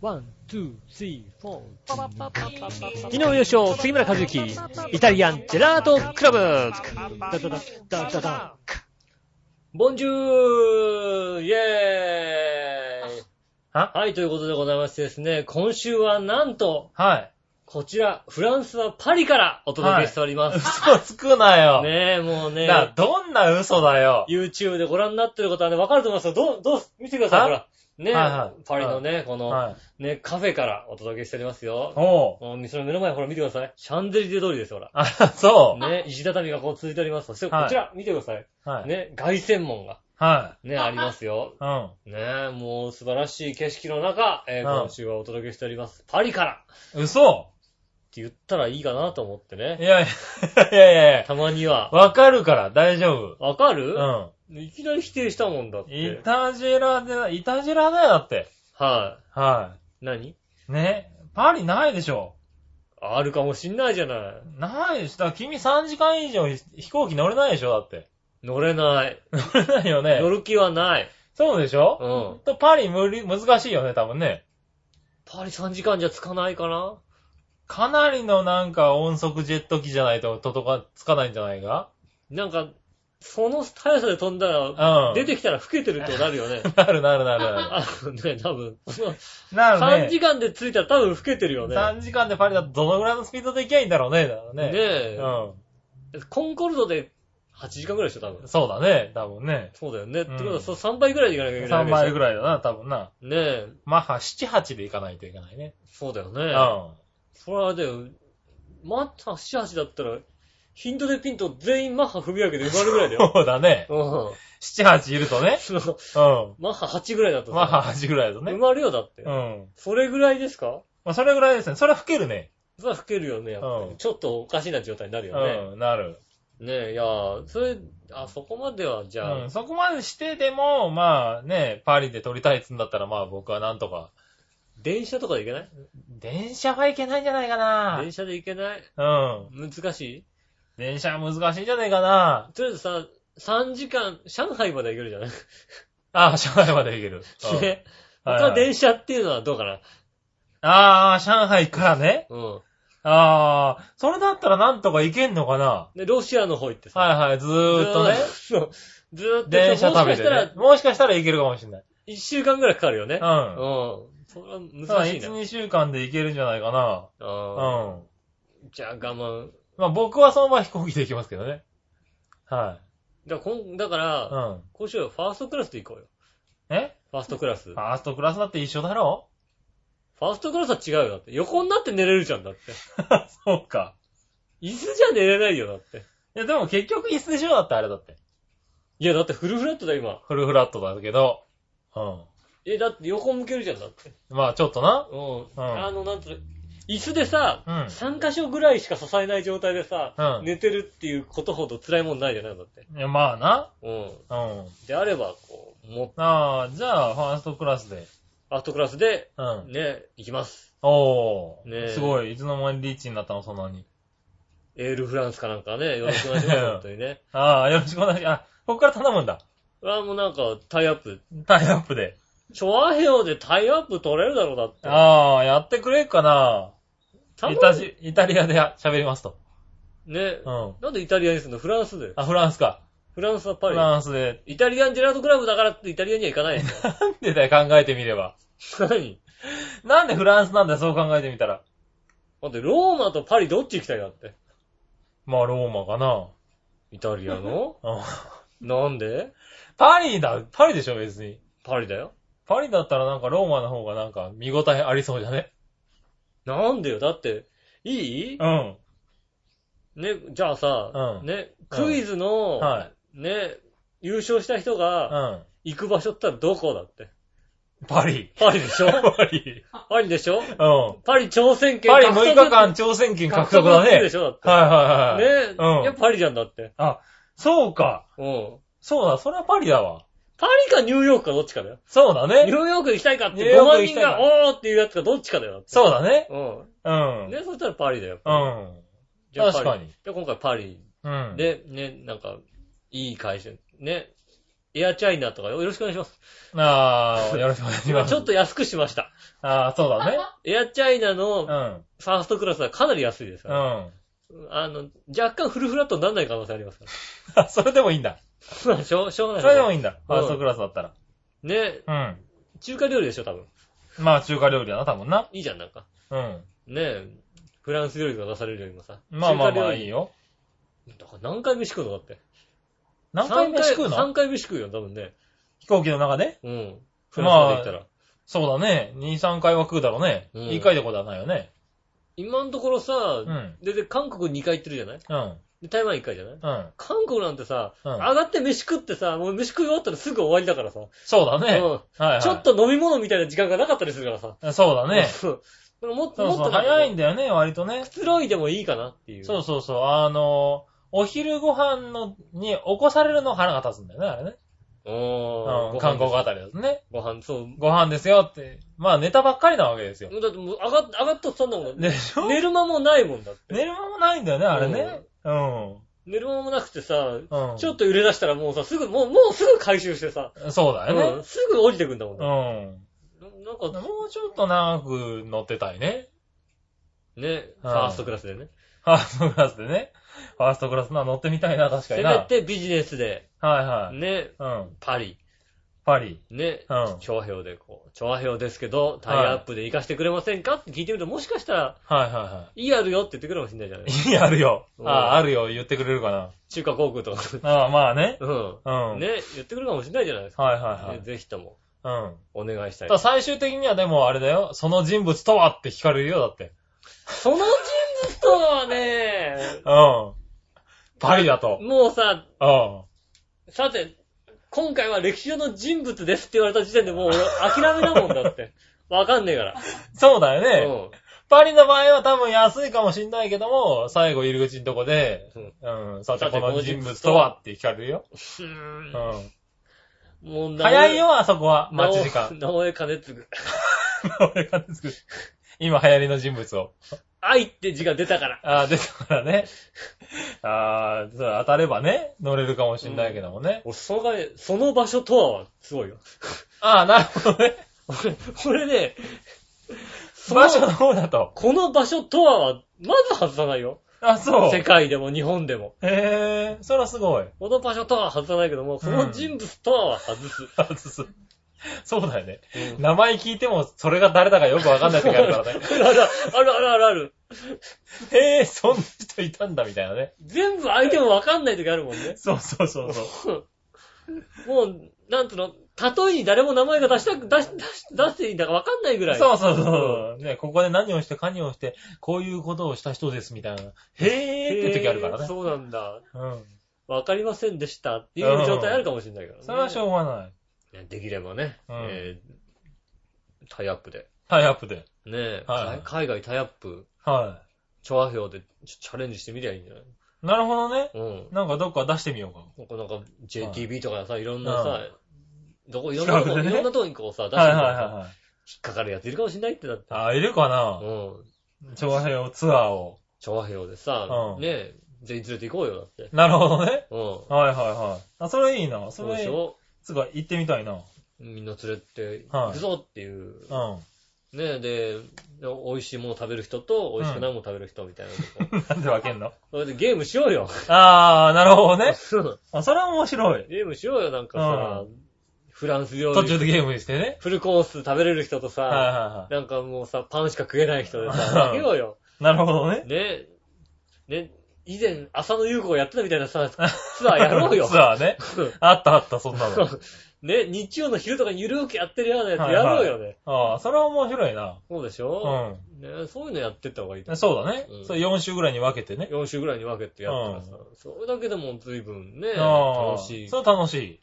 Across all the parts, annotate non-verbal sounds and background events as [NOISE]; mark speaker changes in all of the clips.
Speaker 1: ワン、ツー、スリー、フォー。パパパパパパ昨日優勝、杉村和之、イタリアンジェラートクラブ。ダダダダダダ
Speaker 2: ボンジューイェーイ
Speaker 3: は
Speaker 2: はい、ということでございましてですね、今週はなんと、
Speaker 3: はい。
Speaker 2: こちら、フランスはパリからお届けしております。
Speaker 3: 嘘つくなよ。
Speaker 2: ねえ、もうね、
Speaker 3: などんな嘘だよ。
Speaker 2: YouTube でご覧になってる方はね、わかると思いますよ。どう、どう、見てください、
Speaker 3: は
Speaker 2: ほら。ねえ、
Speaker 3: はいはい
Speaker 2: パリのね、この、
Speaker 3: はい。
Speaker 2: ね、カフェからお届けしておりますよ。
Speaker 3: おう。
Speaker 2: もう店の目の前、ほら見てください。シャンゼリゼ通りですよ、ほら。
Speaker 3: あ、そう。
Speaker 2: ね、石畳がこう続いております。そして、こ
Speaker 3: はい
Speaker 2: ちら、見てください。
Speaker 3: はい。
Speaker 2: ね、凱旋門が、
Speaker 3: は
Speaker 2: ね、ありますよ。
Speaker 3: い。うん。
Speaker 2: ねえ、もう素晴らしい景色の中、えー
Speaker 3: うん
Speaker 2: 今週はお届けしております。パリからっ
Speaker 3: 嘘
Speaker 2: て言ったらいいかなと思って
Speaker 3: い
Speaker 2: ね。
Speaker 3: やいや、いやいやいや
Speaker 2: たまには。
Speaker 3: わかるから、大丈夫。
Speaker 2: わか
Speaker 3: う
Speaker 2: る、
Speaker 3: ん。
Speaker 2: いきなり否定したもんだっ
Speaker 3: い
Speaker 2: て。
Speaker 3: たじらで、いたじらだよ、だって。
Speaker 2: は。
Speaker 3: はい
Speaker 2: 何
Speaker 3: い。ね。パリないでしょ。
Speaker 2: あるかもしんないじゃない。
Speaker 3: ないでしょ。だから君3時間以上ひ飛行機乗れないでしょ、だって。
Speaker 2: 乗れない。
Speaker 3: [LAUGHS] 乗れないよね
Speaker 2: 乗。る気はない。
Speaker 3: そうでしょ
Speaker 2: うん。
Speaker 3: とパリ無理、難しいよね、多分ね。
Speaker 2: パリ3時間じゃつかないかな
Speaker 3: かなりのなんか音速ジェット機じゃないと届か、つかないんじゃないか
Speaker 2: なんか、その速さで飛んだら、
Speaker 3: うん。
Speaker 2: 出てきたら老けてるってなるよね。
Speaker 3: なるなるなるな
Speaker 2: あのね、多分。
Speaker 3: る。な
Speaker 2: 3
Speaker 3: る
Speaker 2: 時
Speaker 3: ね。
Speaker 2: 間で着いたら多分老けてるよね。
Speaker 3: 3時間でパリだとどのぐらいのスピードで行きゃいいんだろうね。だから
Speaker 2: ね
Speaker 3: ね。
Speaker 2: え。
Speaker 3: う
Speaker 2: コンコルドで8時間ぐらいでしょ、多分
Speaker 3: ん。。そうだね。多分ね。
Speaker 2: そうだよね。って
Speaker 3: うん
Speaker 2: ことは、そう3倍ぐらいでいかなきゃいけないわ
Speaker 3: 3
Speaker 2: けでしょ。
Speaker 3: 倍ぐらいだな、多分な。
Speaker 2: ねえ。
Speaker 3: マッハ7、8で行かないといけないね。
Speaker 2: そうだよ
Speaker 3: う
Speaker 2: ね。
Speaker 3: ん。
Speaker 2: それはあれだよ。マッハ88だったら、ヒントでピンと全員マッハ踏み上げて埋まるぐらいだよ。
Speaker 3: そうだね。
Speaker 2: うん。
Speaker 3: 7、8いるとね。
Speaker 2: その
Speaker 3: う
Speaker 2: マッハ8ぐらいだと
Speaker 3: ん。
Speaker 2: さ
Speaker 3: マッハ8ぐらいだと
Speaker 2: 埋
Speaker 3: ね。
Speaker 2: まるよ、だって
Speaker 3: う。ん。
Speaker 2: それぐらいですか
Speaker 3: まあ、それぐらいですね。それは吹けるね。
Speaker 2: それは吹けるよね、やっぱ
Speaker 3: う
Speaker 2: り。
Speaker 3: ん
Speaker 2: ちょっとおかしな状態になるよね。
Speaker 3: うん、なる。
Speaker 2: ねえ、いやーそれ、あ、そこまでは、じゃ
Speaker 3: う
Speaker 2: あ
Speaker 3: ん、、そこまでしてでも、まあね、パリで撮りたいっつんだったら、まあ僕はなんとか。
Speaker 2: 電車とかで行け
Speaker 3: 電車はいけないんじゃないか
Speaker 2: ない
Speaker 3: な
Speaker 2: 電車で行けない
Speaker 3: うん。
Speaker 2: 難しい
Speaker 3: 電車は難しいんじゃないかな
Speaker 2: とりあえずさ、3時間、上海まで行けるじゃない
Speaker 3: ああ、上海まで行ける。うん
Speaker 2: [LAUGHS] ね。
Speaker 3: はいは
Speaker 2: 他
Speaker 3: い
Speaker 2: 電車っていうのはどうかな
Speaker 3: ああ、上海からね。
Speaker 2: うん。
Speaker 3: ああ、それだったらなんとか行けんのかな
Speaker 2: で、ロシアの方行ってさ。
Speaker 3: はいはい、ずーっとね。
Speaker 2: そう。ずーっと
Speaker 3: 電車食
Speaker 2: もしか
Speaker 3: べて
Speaker 2: し
Speaker 3: ね
Speaker 2: たら、。
Speaker 3: もしかしたら行けるかもしれない。
Speaker 2: 1週間ぐらいかかるよね。うん。
Speaker 3: う
Speaker 2: それは
Speaker 3: ん。
Speaker 2: 難しい
Speaker 3: 1、
Speaker 2: ね。
Speaker 3: 2週間で行けるんじゃないかな。
Speaker 2: あ
Speaker 3: うん。
Speaker 2: ーじゃあ我慢。
Speaker 3: まあ僕はそのまま飛行機で行きますけどね。は
Speaker 2: だからこん、だか
Speaker 3: い。う
Speaker 2: ら、
Speaker 3: ん。
Speaker 2: 今週はファーストクラスで行こうよ。
Speaker 3: え
Speaker 2: ファーストクラス。
Speaker 3: フ
Speaker 2: フ
Speaker 3: ァーストクラスだって一緒だろ
Speaker 2: ァーストクラスは違うよ。だって、横になって寝れるじゃん、だって。
Speaker 3: そうか。
Speaker 2: 椅子じゃ寝れないよ、だって。
Speaker 3: いやでも結局椅子でしょだってあれだって。
Speaker 2: いや、だってフルフラットだよ、今。
Speaker 3: フルフラットだけど。うん。
Speaker 2: え、だって横向けるじゃん、だって。
Speaker 3: まあちょっとな。
Speaker 2: うん。
Speaker 3: ん
Speaker 2: あの、なんつうの、椅子でさ、
Speaker 3: うん
Speaker 2: 3箇所ぐらいしか支えない状態でさ、
Speaker 3: うん
Speaker 2: 寝てるっていうことほど辛いもんないじゃないだって。
Speaker 3: いやまあな。
Speaker 2: うん。
Speaker 3: うん。
Speaker 2: であれば、こう、も、
Speaker 3: ああ、じゃあファーストクラスで。
Speaker 2: アートクラスで、
Speaker 3: うん。
Speaker 2: ね、行きます。
Speaker 3: おー。
Speaker 2: ねえ
Speaker 3: すごい。いつの間にリーチになったのそんなに。
Speaker 2: エールフランスかなんかね、よろしくお願いします、
Speaker 3: [LAUGHS]
Speaker 2: 本当にね。
Speaker 3: ああ、よろしくお願いします。あ、こっから頼むんだ。
Speaker 2: これはもうなんか、タイアップ。
Speaker 3: タイアップで。
Speaker 2: チョアヘオでタイアップ取れるだろう、だって。
Speaker 3: ああ、やってくれっかな。
Speaker 2: たま
Speaker 3: イ
Speaker 2: に
Speaker 3: タジ、イタリアで喋りますと。
Speaker 2: ね
Speaker 3: う。ん。
Speaker 2: なんでイタリアにするのフランスで。
Speaker 3: あ、フランスか。
Speaker 2: フランスはパ
Speaker 3: フ
Speaker 2: リ。
Speaker 3: ランスで
Speaker 2: イタリアンジェラートクラブだからってイタリアには行かないで
Speaker 3: なんでだよ、考えてみれば。
Speaker 2: すよ。 [LAUGHS] 何
Speaker 3: なんでフランスなんだよ、そう考えてみたら。
Speaker 2: だって、ローマとパリどっち行きたいだって。
Speaker 3: まあ、ローマかな。
Speaker 2: イタリアの
Speaker 3: うん
Speaker 2: なんで
Speaker 3: パリだ、パリでしょ、別に。
Speaker 2: パリだよ。
Speaker 3: パリだったらなんかローマの方がなんか見応えありそうじゃね
Speaker 2: なんでよ。だって、いい
Speaker 3: うん。
Speaker 2: ね、じゃあさ、
Speaker 3: うん
Speaker 2: ね、クイズの、
Speaker 3: はい。
Speaker 2: ね、優勝した人
Speaker 3: う
Speaker 2: が
Speaker 3: ん。
Speaker 2: 行く場所って言ったらどこだって。
Speaker 3: パリ。
Speaker 2: パリでしょ
Speaker 3: [LAUGHS] パリ。
Speaker 2: パリでしょ
Speaker 3: うん。パ
Speaker 2: パリ挑戦権
Speaker 3: リ6
Speaker 2: 獲得
Speaker 3: 日間挑戦権獲得だ
Speaker 2: 獲で
Speaker 3: ね。
Speaker 2: しょだって。
Speaker 3: はいはいはい。
Speaker 2: ね、
Speaker 3: うん
Speaker 2: いや、パリじゃんだって。
Speaker 3: あ、そうか。
Speaker 2: うん。
Speaker 3: そうだ、それはパリだわ。
Speaker 2: パリかニューヨークかどっちかだよ。
Speaker 3: そうだ
Speaker 2: ニュー
Speaker 3: ね。
Speaker 2: ヨーク行きたいかっ
Speaker 3: ニュー
Speaker 2: て5
Speaker 3: ヨーク
Speaker 2: 万
Speaker 3: 行き
Speaker 2: 人
Speaker 3: たいか
Speaker 2: が、おーっていうやつかどっちかだよ。
Speaker 3: そうだね。
Speaker 2: う。
Speaker 3: うんん。
Speaker 2: ね、そしたらパリだよ。
Speaker 3: うん。
Speaker 2: じゃあパリ
Speaker 3: 確かに。
Speaker 2: じゃあ今回パリ
Speaker 3: うん。
Speaker 2: で、ね、なんか、いい会社、ね、エアチャイナとかよろしくお願いし
Speaker 3: [LAUGHS]
Speaker 2: ます。
Speaker 3: ああ、よろしくお願いし
Speaker 2: 今
Speaker 3: ます。
Speaker 2: ちょっと安くしました。
Speaker 3: ああ、そうだね。
Speaker 2: エアチャイナ
Speaker 3: う
Speaker 2: のフ
Speaker 3: ん。
Speaker 2: ァーストクラスはかなり安いです
Speaker 3: う
Speaker 2: から。
Speaker 3: ん。
Speaker 2: あの、若干フルフラットにならない可能性ありますから。
Speaker 3: あそれでもいいんだ。
Speaker 2: そうなんしょう、しょうがない。
Speaker 3: それでもいいんだ。フ
Speaker 2: うん
Speaker 3: ァーストクラスだったら。
Speaker 2: ね、
Speaker 3: う
Speaker 2: 中華料理でしょ、多分。
Speaker 3: ん。まあ、中華料理だな、多分な。
Speaker 2: いいじゃん、なんか。
Speaker 3: うん。
Speaker 2: ねフランス料理が出されるよりもさ。
Speaker 3: まあまあまあ
Speaker 2: 中華料理
Speaker 3: いいよ。
Speaker 2: だから何回目食うのだって。
Speaker 3: 何回目食う
Speaker 2: 三回
Speaker 3: の
Speaker 2: 三回目食うよ、多分ね。
Speaker 3: 飛行機の中で
Speaker 2: うん。フランスまで行ったら。
Speaker 3: そうだね。2、3回は食うだろうね。
Speaker 2: うん
Speaker 3: 1回でことはないよね。
Speaker 2: 今のところさ、
Speaker 3: うん。
Speaker 2: で、で、韓国2回行ってるじゃない
Speaker 3: うん。
Speaker 2: で、台湾1回じゃない
Speaker 3: うん。
Speaker 2: 韓国なんてさ、
Speaker 3: うん
Speaker 2: 上がって飯食ってさ、もう飯食い終わったらすぐ終わりだからさ、
Speaker 3: そうだね。
Speaker 2: うん
Speaker 3: はい、はい。
Speaker 2: ちょっと飲み物みたいな時間がなかったりするからさ。
Speaker 3: と。そう
Speaker 2: [LAUGHS]
Speaker 3: だね。
Speaker 2: そうでももっと、
Speaker 3: そう
Speaker 2: もっ
Speaker 3: そう。
Speaker 2: と
Speaker 3: 早い
Speaker 2: ん
Speaker 3: んだよね、割とね
Speaker 2: く。つろいでもいいかなっていう。
Speaker 3: そうそうそう。あの、お昼ご飯の、に起こされるの腹が立つんだよね、あれね。
Speaker 2: う。おー。
Speaker 3: うん。韓国あたりだとね。
Speaker 2: ご飯、そう。
Speaker 3: ご飯ですよって。まあ、寝たばっかりなわけですよ。
Speaker 2: だってもう上がっ、上がっとったんだもん。
Speaker 3: でしょ
Speaker 2: 寝る間もないもんだって。
Speaker 3: 寝る間もないんだよね、あれね。うん。
Speaker 2: 寝る間もなくてさ、
Speaker 3: うん。
Speaker 2: ちょっと揺れ出したらもうさ、すぐ、もう、もうすぐ回収してさ、
Speaker 3: そうだよ
Speaker 2: う
Speaker 3: ね
Speaker 2: ん。すぐ降りてくんだもん
Speaker 3: う
Speaker 2: な。
Speaker 3: ん。
Speaker 2: なんか、
Speaker 3: もうちょっと長く乗ってたいね。 [LAUGHS]
Speaker 2: ね、ファーストクラスでね。
Speaker 3: ファーストクラスでね。ファーストクラスな、乗ってみたいな、確か
Speaker 2: せめ
Speaker 3: にな。
Speaker 2: てビジネスで、
Speaker 3: はいはい。
Speaker 2: ね、
Speaker 3: うん。
Speaker 2: パリ、
Speaker 3: パリ。
Speaker 2: ね、
Speaker 3: うん。
Speaker 2: 調和票でこう、調和票ですけど、タイアップで活かしてくれませんかって聞いてみると、もしかしたら、
Speaker 3: はいはいはい
Speaker 2: いあるよって言ってくるかもしれないじゃない [LAUGHS]
Speaker 3: い。いい、あるよ。
Speaker 2: うん
Speaker 3: ああ、あるよ。言ってくれるかな。
Speaker 2: 中華航空とか。
Speaker 3: ああ、まあね。
Speaker 2: う。
Speaker 3: うんん。
Speaker 2: ね、言ってくるかもしれないじゃないですか。
Speaker 3: はいはいはい。
Speaker 2: ねぜひとも、
Speaker 3: うん。
Speaker 2: お願いした
Speaker 3: た
Speaker 2: い
Speaker 3: だ。最終的にはでもあれだよ。その人物とはって聞かれるよ、だって。
Speaker 2: その人物とはね、
Speaker 3: うん。パリだと。
Speaker 2: もうさ、
Speaker 3: うん。
Speaker 2: さて、今回は歴史上の人物ですって言われた時点でもう俺諦めだもんだって。わかんねえから。
Speaker 3: そうだよね。
Speaker 2: うん。
Speaker 3: パリの場合は多分安いかもしんないけども、最後入り口のとこで、うん、さてこの人物とはって聞かれるよ。う。
Speaker 2: もうん
Speaker 3: 早い、よ、あそこは、待ち時間。
Speaker 2: 直江金次。
Speaker 3: [LAUGHS] 俺がですけど今流行りの人物を。
Speaker 2: 愛って字が出たから。
Speaker 3: ああ、ですからね。ああ、それ当たればね、乗れるかもしんないけどもね。
Speaker 2: 俺その場その場所とははす
Speaker 3: [LAUGHS]
Speaker 2: ごいよ。
Speaker 3: ああ、なるほどね。
Speaker 2: 俺、俺ね、その
Speaker 3: 場所の方だと。
Speaker 2: この場所とはは、まず外さないよ。
Speaker 3: あ、そう。
Speaker 2: 世界でも日本でも。
Speaker 3: へえ、そらすごい。
Speaker 2: この場所とは外さないけども、その人物とはは外す。
Speaker 3: 外す。そうだよね。
Speaker 2: うん
Speaker 3: 名前聞いても、それが誰だかよくわかんない時あるからね。 [LAUGHS]
Speaker 2: あるあるあるあるあるある。
Speaker 3: へえ、そんな人いたんだ、みたいなね。
Speaker 2: 全部相手もわかんない時あるもんね。
Speaker 3: そうそうそうそう。
Speaker 2: もう、なんつうの、例えに誰も名前が出したく、出し、出し、出していいんだかわかんないぐらい。
Speaker 3: そうそうそう。ね、ここで何をして、何をして、こういうことをした人です、みたいな。
Speaker 2: へ
Speaker 3: へえ
Speaker 2: ー。
Speaker 3: って時あるからね。
Speaker 2: そうなんだ。
Speaker 3: うん。
Speaker 2: わかりませんでしたっていう状態あるかもしれないからね。
Speaker 3: それはしょうがない。
Speaker 2: できればね、
Speaker 3: うん
Speaker 2: えータイアップで。
Speaker 3: タイアップで。
Speaker 2: ねえ、
Speaker 3: はい
Speaker 2: 海外タイアップ、
Speaker 3: は
Speaker 2: 調和票でチャレンジしてみりゃいいんじゃない
Speaker 3: い。なるほどね。
Speaker 2: うん。
Speaker 3: なんかどっか出してみようか。
Speaker 2: なんかなんか JTB とかさ、いろんなさ、どこ、いろん
Speaker 3: 調
Speaker 2: な
Speaker 3: べ
Speaker 2: とこ、
Speaker 3: てね
Speaker 2: いろんなとこにこうさ、出して
Speaker 3: はい
Speaker 2: み
Speaker 3: は
Speaker 2: たら
Speaker 3: いはい
Speaker 2: さ
Speaker 3: はい。
Speaker 2: 引っかかるやついるかもしれないってだって。
Speaker 3: あ、いるかな
Speaker 2: うん。
Speaker 3: 調和平和ツアーを。
Speaker 2: 調和票でさ、
Speaker 3: うん
Speaker 2: ねえ、全員連れて行こうよ、だって。
Speaker 3: なるほどね。
Speaker 2: うん。
Speaker 3: はいはいはい。あ、それいいな。そ
Speaker 2: そうで
Speaker 3: れ
Speaker 2: し、ょ
Speaker 3: つうか行ってみ
Speaker 2: [LAUGHS]
Speaker 3: たいな。うん。
Speaker 2: みんな連れて
Speaker 3: はい
Speaker 2: 行くぞっていう。
Speaker 3: な
Speaker 2: ねえ、で、美味しいもの食べる人と、美味しくないもの食べる人みたいなとこ。
Speaker 3: [LAUGHS] んで分けんの
Speaker 2: それでゲームしよう [LAUGHS] よ。
Speaker 3: あー、なるほどね。
Speaker 2: そう
Speaker 3: あ、それは面白い。
Speaker 2: ゲームしようよ、なんかさ、フランス料
Speaker 3: 途中
Speaker 2: 理、
Speaker 3: でゲームにしてね。
Speaker 2: フルコース食べれる人と
Speaker 3: はいはい
Speaker 2: さ、
Speaker 3: は
Speaker 2: なんかもうさ、パンしか食えない人で
Speaker 3: うん
Speaker 2: さ、分けようよ。
Speaker 3: い。なるほどね。
Speaker 2: ね、ね、以前、浅野優子がやってたみたい [LAUGHS] なさ、ツアーやろうよ。
Speaker 3: [LAUGHS] ツアーね。あったあった、そんなの。
Speaker 2: ね、日曜の昼とかにゆるくやってるようなやつやろうよね。
Speaker 3: ああ、それは面白いな。
Speaker 2: そうでし
Speaker 3: う
Speaker 2: ょね、そういうのやってった方がいいと
Speaker 3: ん。そうだね
Speaker 2: うん。
Speaker 3: それ4週ぐらいに分けてね。
Speaker 2: 4週ぐらいに分けてやったらさ、それだけでも随分ね、
Speaker 3: ああ
Speaker 2: 楽しい
Speaker 3: そ。れは楽しい。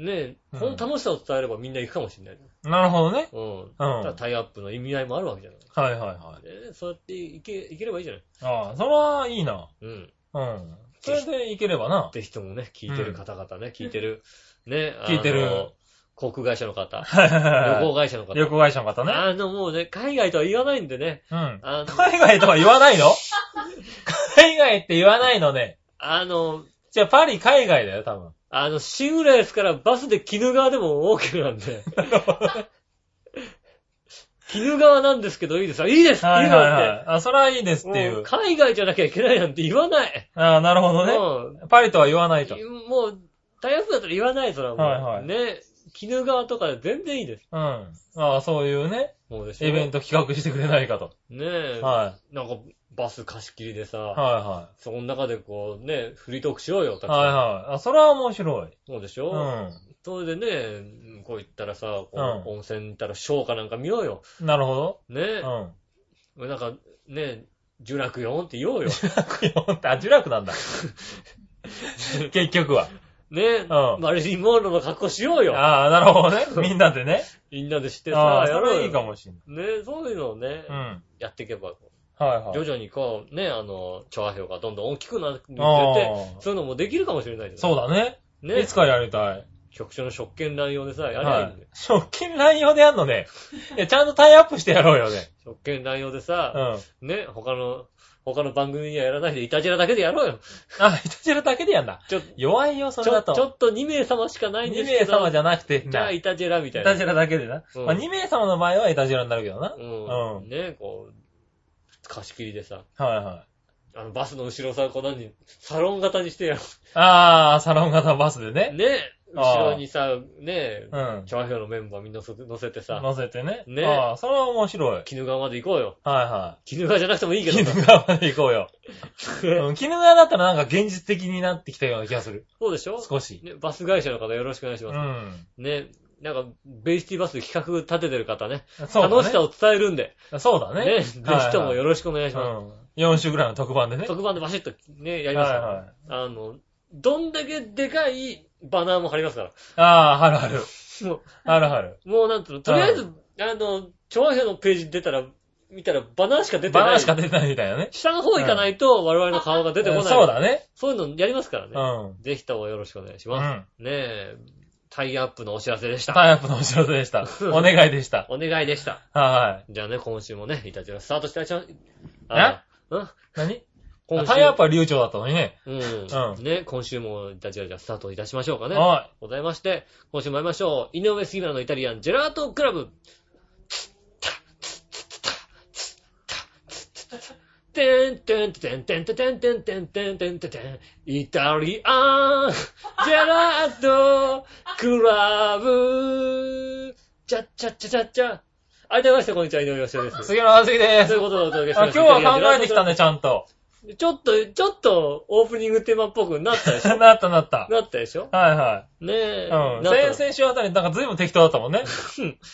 Speaker 2: ね、
Speaker 3: うん
Speaker 2: この楽しさを伝えればみんな行くかもしれない。
Speaker 3: なるほどね。
Speaker 2: うん。
Speaker 3: うん。
Speaker 2: ただ
Speaker 3: は
Speaker 2: タイアップの意味合いもあるわけじゃない。
Speaker 3: いはいはい。
Speaker 2: ね、そうやっていけ、いければいいじゃない。
Speaker 3: ああ、それはいいな。
Speaker 2: うん。
Speaker 3: うん。それでいければな。
Speaker 2: ぜひともね、聞いてる方々ね、聞いてる、ね、
Speaker 3: 聞いてる
Speaker 2: あの。航空会社の方、
Speaker 3: はいはいはい
Speaker 2: 旅行会社の方。
Speaker 3: 旅行会社の方ね。
Speaker 2: あの、もうね、海外とは言わないんでね、
Speaker 3: うん。
Speaker 2: あの、
Speaker 3: 海外とは言わないの [LAUGHS] 海外って言わないのね。
Speaker 2: あの、
Speaker 3: じゃあパリ海外だよ、多分。
Speaker 2: あの、新浦安からバスで絹川でも OK なんで。
Speaker 3: [LAUGHS]
Speaker 2: 絹川なんですけどいいですかいいですって
Speaker 3: はい
Speaker 2: 言う
Speaker 3: はいは。
Speaker 2: ない
Speaker 3: あ、それはいいです
Speaker 2: ん。
Speaker 3: っててい
Speaker 2: もう
Speaker 3: う。
Speaker 2: 海外じゃなきゃいけないなんて言わない。
Speaker 3: ああ、なるほどね。
Speaker 2: もう
Speaker 3: パリとは言わないと。うん。
Speaker 2: もう、台風だったら言わない、それはもう。
Speaker 3: はいはい
Speaker 2: ね。絹川とかで全然いいです。
Speaker 3: ああ、そういうね、
Speaker 2: もうでしょ。
Speaker 3: イベント企画してくれないかと。
Speaker 2: ねえ。
Speaker 3: は
Speaker 2: なんか、バス貸し切りでさ、
Speaker 3: い。は
Speaker 2: そこの中でこう、ね、フリートークしようよ、
Speaker 3: い
Speaker 2: たく
Speaker 3: はい。はいはい。あ、それは面白い。
Speaker 2: そうでし
Speaker 3: う
Speaker 2: ょ
Speaker 3: ん。
Speaker 2: それでね、こう行ったらさ、こう
Speaker 3: うん
Speaker 2: 温泉行ったらショーかなんか見ようよ。
Speaker 3: なるほ
Speaker 2: ね
Speaker 3: ど。うん。 [LAUGHS]
Speaker 2: なんか、ね、呪楽4って言おうよ。
Speaker 3: あ、呪楽な
Speaker 2: [LAUGHS]
Speaker 3: んだ。結局は。
Speaker 2: ね、
Speaker 3: うん
Speaker 2: マリリン・モンローの格好しようよ。
Speaker 3: ああ、なるほどね。みんなでね。
Speaker 2: みんなでして
Speaker 3: あ
Speaker 2: さ
Speaker 3: あ、、
Speaker 2: や
Speaker 3: そ
Speaker 2: ろうよ
Speaker 3: れいいかもしん
Speaker 2: ね、そういうのをね、
Speaker 3: ない。
Speaker 2: やっていけば、こ
Speaker 3: うん。はいうは
Speaker 2: 徐
Speaker 3: い。
Speaker 2: 々にこう、ね、あの、調和表がどんどん大きくなっていって
Speaker 3: あ、あ
Speaker 2: そういうのもできるかもしれないじゃん
Speaker 3: そうだね。
Speaker 2: ね。
Speaker 3: いつかやりたい。
Speaker 2: 局長の職権乱用でさ、やりゃいい
Speaker 3: は
Speaker 2: んだ
Speaker 3: い
Speaker 2: よ。。
Speaker 3: 食金乱用でやんのね。いや、ちゃんとタイアップしてやろうよね。
Speaker 2: 職権乱用でさ、
Speaker 3: うん。
Speaker 2: ね、他の、他の番組にはやらないで、イタジラだけでやろうよ。
Speaker 3: あ、イタチラだけでやんだ。
Speaker 2: ちょ、
Speaker 3: 弱いよ、そ
Speaker 2: ち
Speaker 3: れ
Speaker 2: ょ
Speaker 3: だ
Speaker 2: ちょ
Speaker 3: と。
Speaker 2: っと2名様しかないんで
Speaker 3: 2
Speaker 2: すけ
Speaker 3: 名
Speaker 2: ど。
Speaker 3: 様じ
Speaker 2: ゃ
Speaker 3: ゃなくて、
Speaker 2: じゃあ、
Speaker 3: イ
Speaker 2: イタジラみたいな。
Speaker 3: タジラだけでな。
Speaker 2: うん
Speaker 3: まあ、2名様の場合はイタジラになるけどな。
Speaker 2: うん。
Speaker 3: う
Speaker 2: ね、こう、貸し切りでさ、
Speaker 3: はいはい。
Speaker 2: あの、バスの後ろさ、こう何、サロン型にしてやる。
Speaker 3: あー、サロン型バスでね。
Speaker 2: ね、
Speaker 3: あー
Speaker 2: 後ろにさ、ね、
Speaker 3: うん。
Speaker 2: チャワヒョのメンバーみんな乗せて乗せてさ、
Speaker 3: 乗せてね。
Speaker 2: ね
Speaker 3: あー、それは面白い。
Speaker 2: 絹川まで行こうよ。
Speaker 3: はいは
Speaker 2: 絹川じゃなくてもいい
Speaker 3: い。
Speaker 2: けど
Speaker 3: 絹
Speaker 2: さ。
Speaker 3: 川まで行こうよ。うん絹川だったらなんか現実的になってきたような気がする。
Speaker 2: そうでしょ
Speaker 3: 少し。
Speaker 2: ね、バス会社の方よろしくお願いし
Speaker 3: う
Speaker 2: ます。
Speaker 3: ん。
Speaker 2: ね、なんか、ベイシティバスで企画立ててる方ね、
Speaker 3: そう
Speaker 2: 楽しさ
Speaker 3: だ
Speaker 2: を伝えるんで、
Speaker 3: ね。そうだ
Speaker 2: ね、
Speaker 3: ね。
Speaker 2: ぜひともよろしくお願いします。
Speaker 3: うん。4週ぐらいの特番でね。
Speaker 2: 特番でバシッとね、やりますから、
Speaker 3: はいはい
Speaker 2: あの、どんだけでかいバナーも貼りますか
Speaker 3: あー、あるある。
Speaker 2: ら。も
Speaker 3: あるある。
Speaker 2: う、もうなんつうの、とりあえず、あの、調和表のページに出たら、見たらバナーしか出て
Speaker 3: バ
Speaker 2: な
Speaker 3: ナ
Speaker 2: い。
Speaker 3: ーしか出てないみたいなね。
Speaker 2: 下の方行かないと我々の顔が出てこない。
Speaker 3: そうだね。
Speaker 2: そういうのやりますからね。
Speaker 3: うん。
Speaker 2: ぜひともよろしくお願いし
Speaker 3: う
Speaker 2: ます。
Speaker 3: ん。
Speaker 2: ねえ、タイアップのお知らせでした。
Speaker 3: タイアップのお知らせでした。お願いでした。
Speaker 2: お願いでした。
Speaker 3: は
Speaker 2: じゃあね、今週もね、いたちらスタートしていただきましょう。うん
Speaker 3: い。何
Speaker 2: 今週
Speaker 3: タイアップは流暢だったのにね。
Speaker 2: うん。
Speaker 3: う
Speaker 2: ね、今週もイタジラじゃあスタートいたしましょうかね。
Speaker 3: は
Speaker 2: ございまして、今週も参りましょう。井上杉村のイタリアンジェラートクラブ。てんてんてんてんてんてんてんてんてんてんてんてん。イタリアンジェラートクラブ。チャッチャッチャチャッチャ。ありがとうございました。こんにちは。井上義雄で
Speaker 3: い。
Speaker 2: す。
Speaker 3: 杉原杉で
Speaker 2: とい
Speaker 3: す。
Speaker 2: うことでお届けし
Speaker 3: あ
Speaker 2: ま
Speaker 3: 今
Speaker 2: し
Speaker 3: 日
Speaker 2: た。
Speaker 3: は考えてきたね、ちゃんと。
Speaker 2: ちょっと、ちょっと、オープニングテーマっぽくなったでしょ
Speaker 3: なったなった。
Speaker 2: なったでしょ
Speaker 3: はいは
Speaker 2: ねえ。
Speaker 3: い。うん。
Speaker 2: なった
Speaker 3: 先々週あたり、なんか随分適当だったもんね。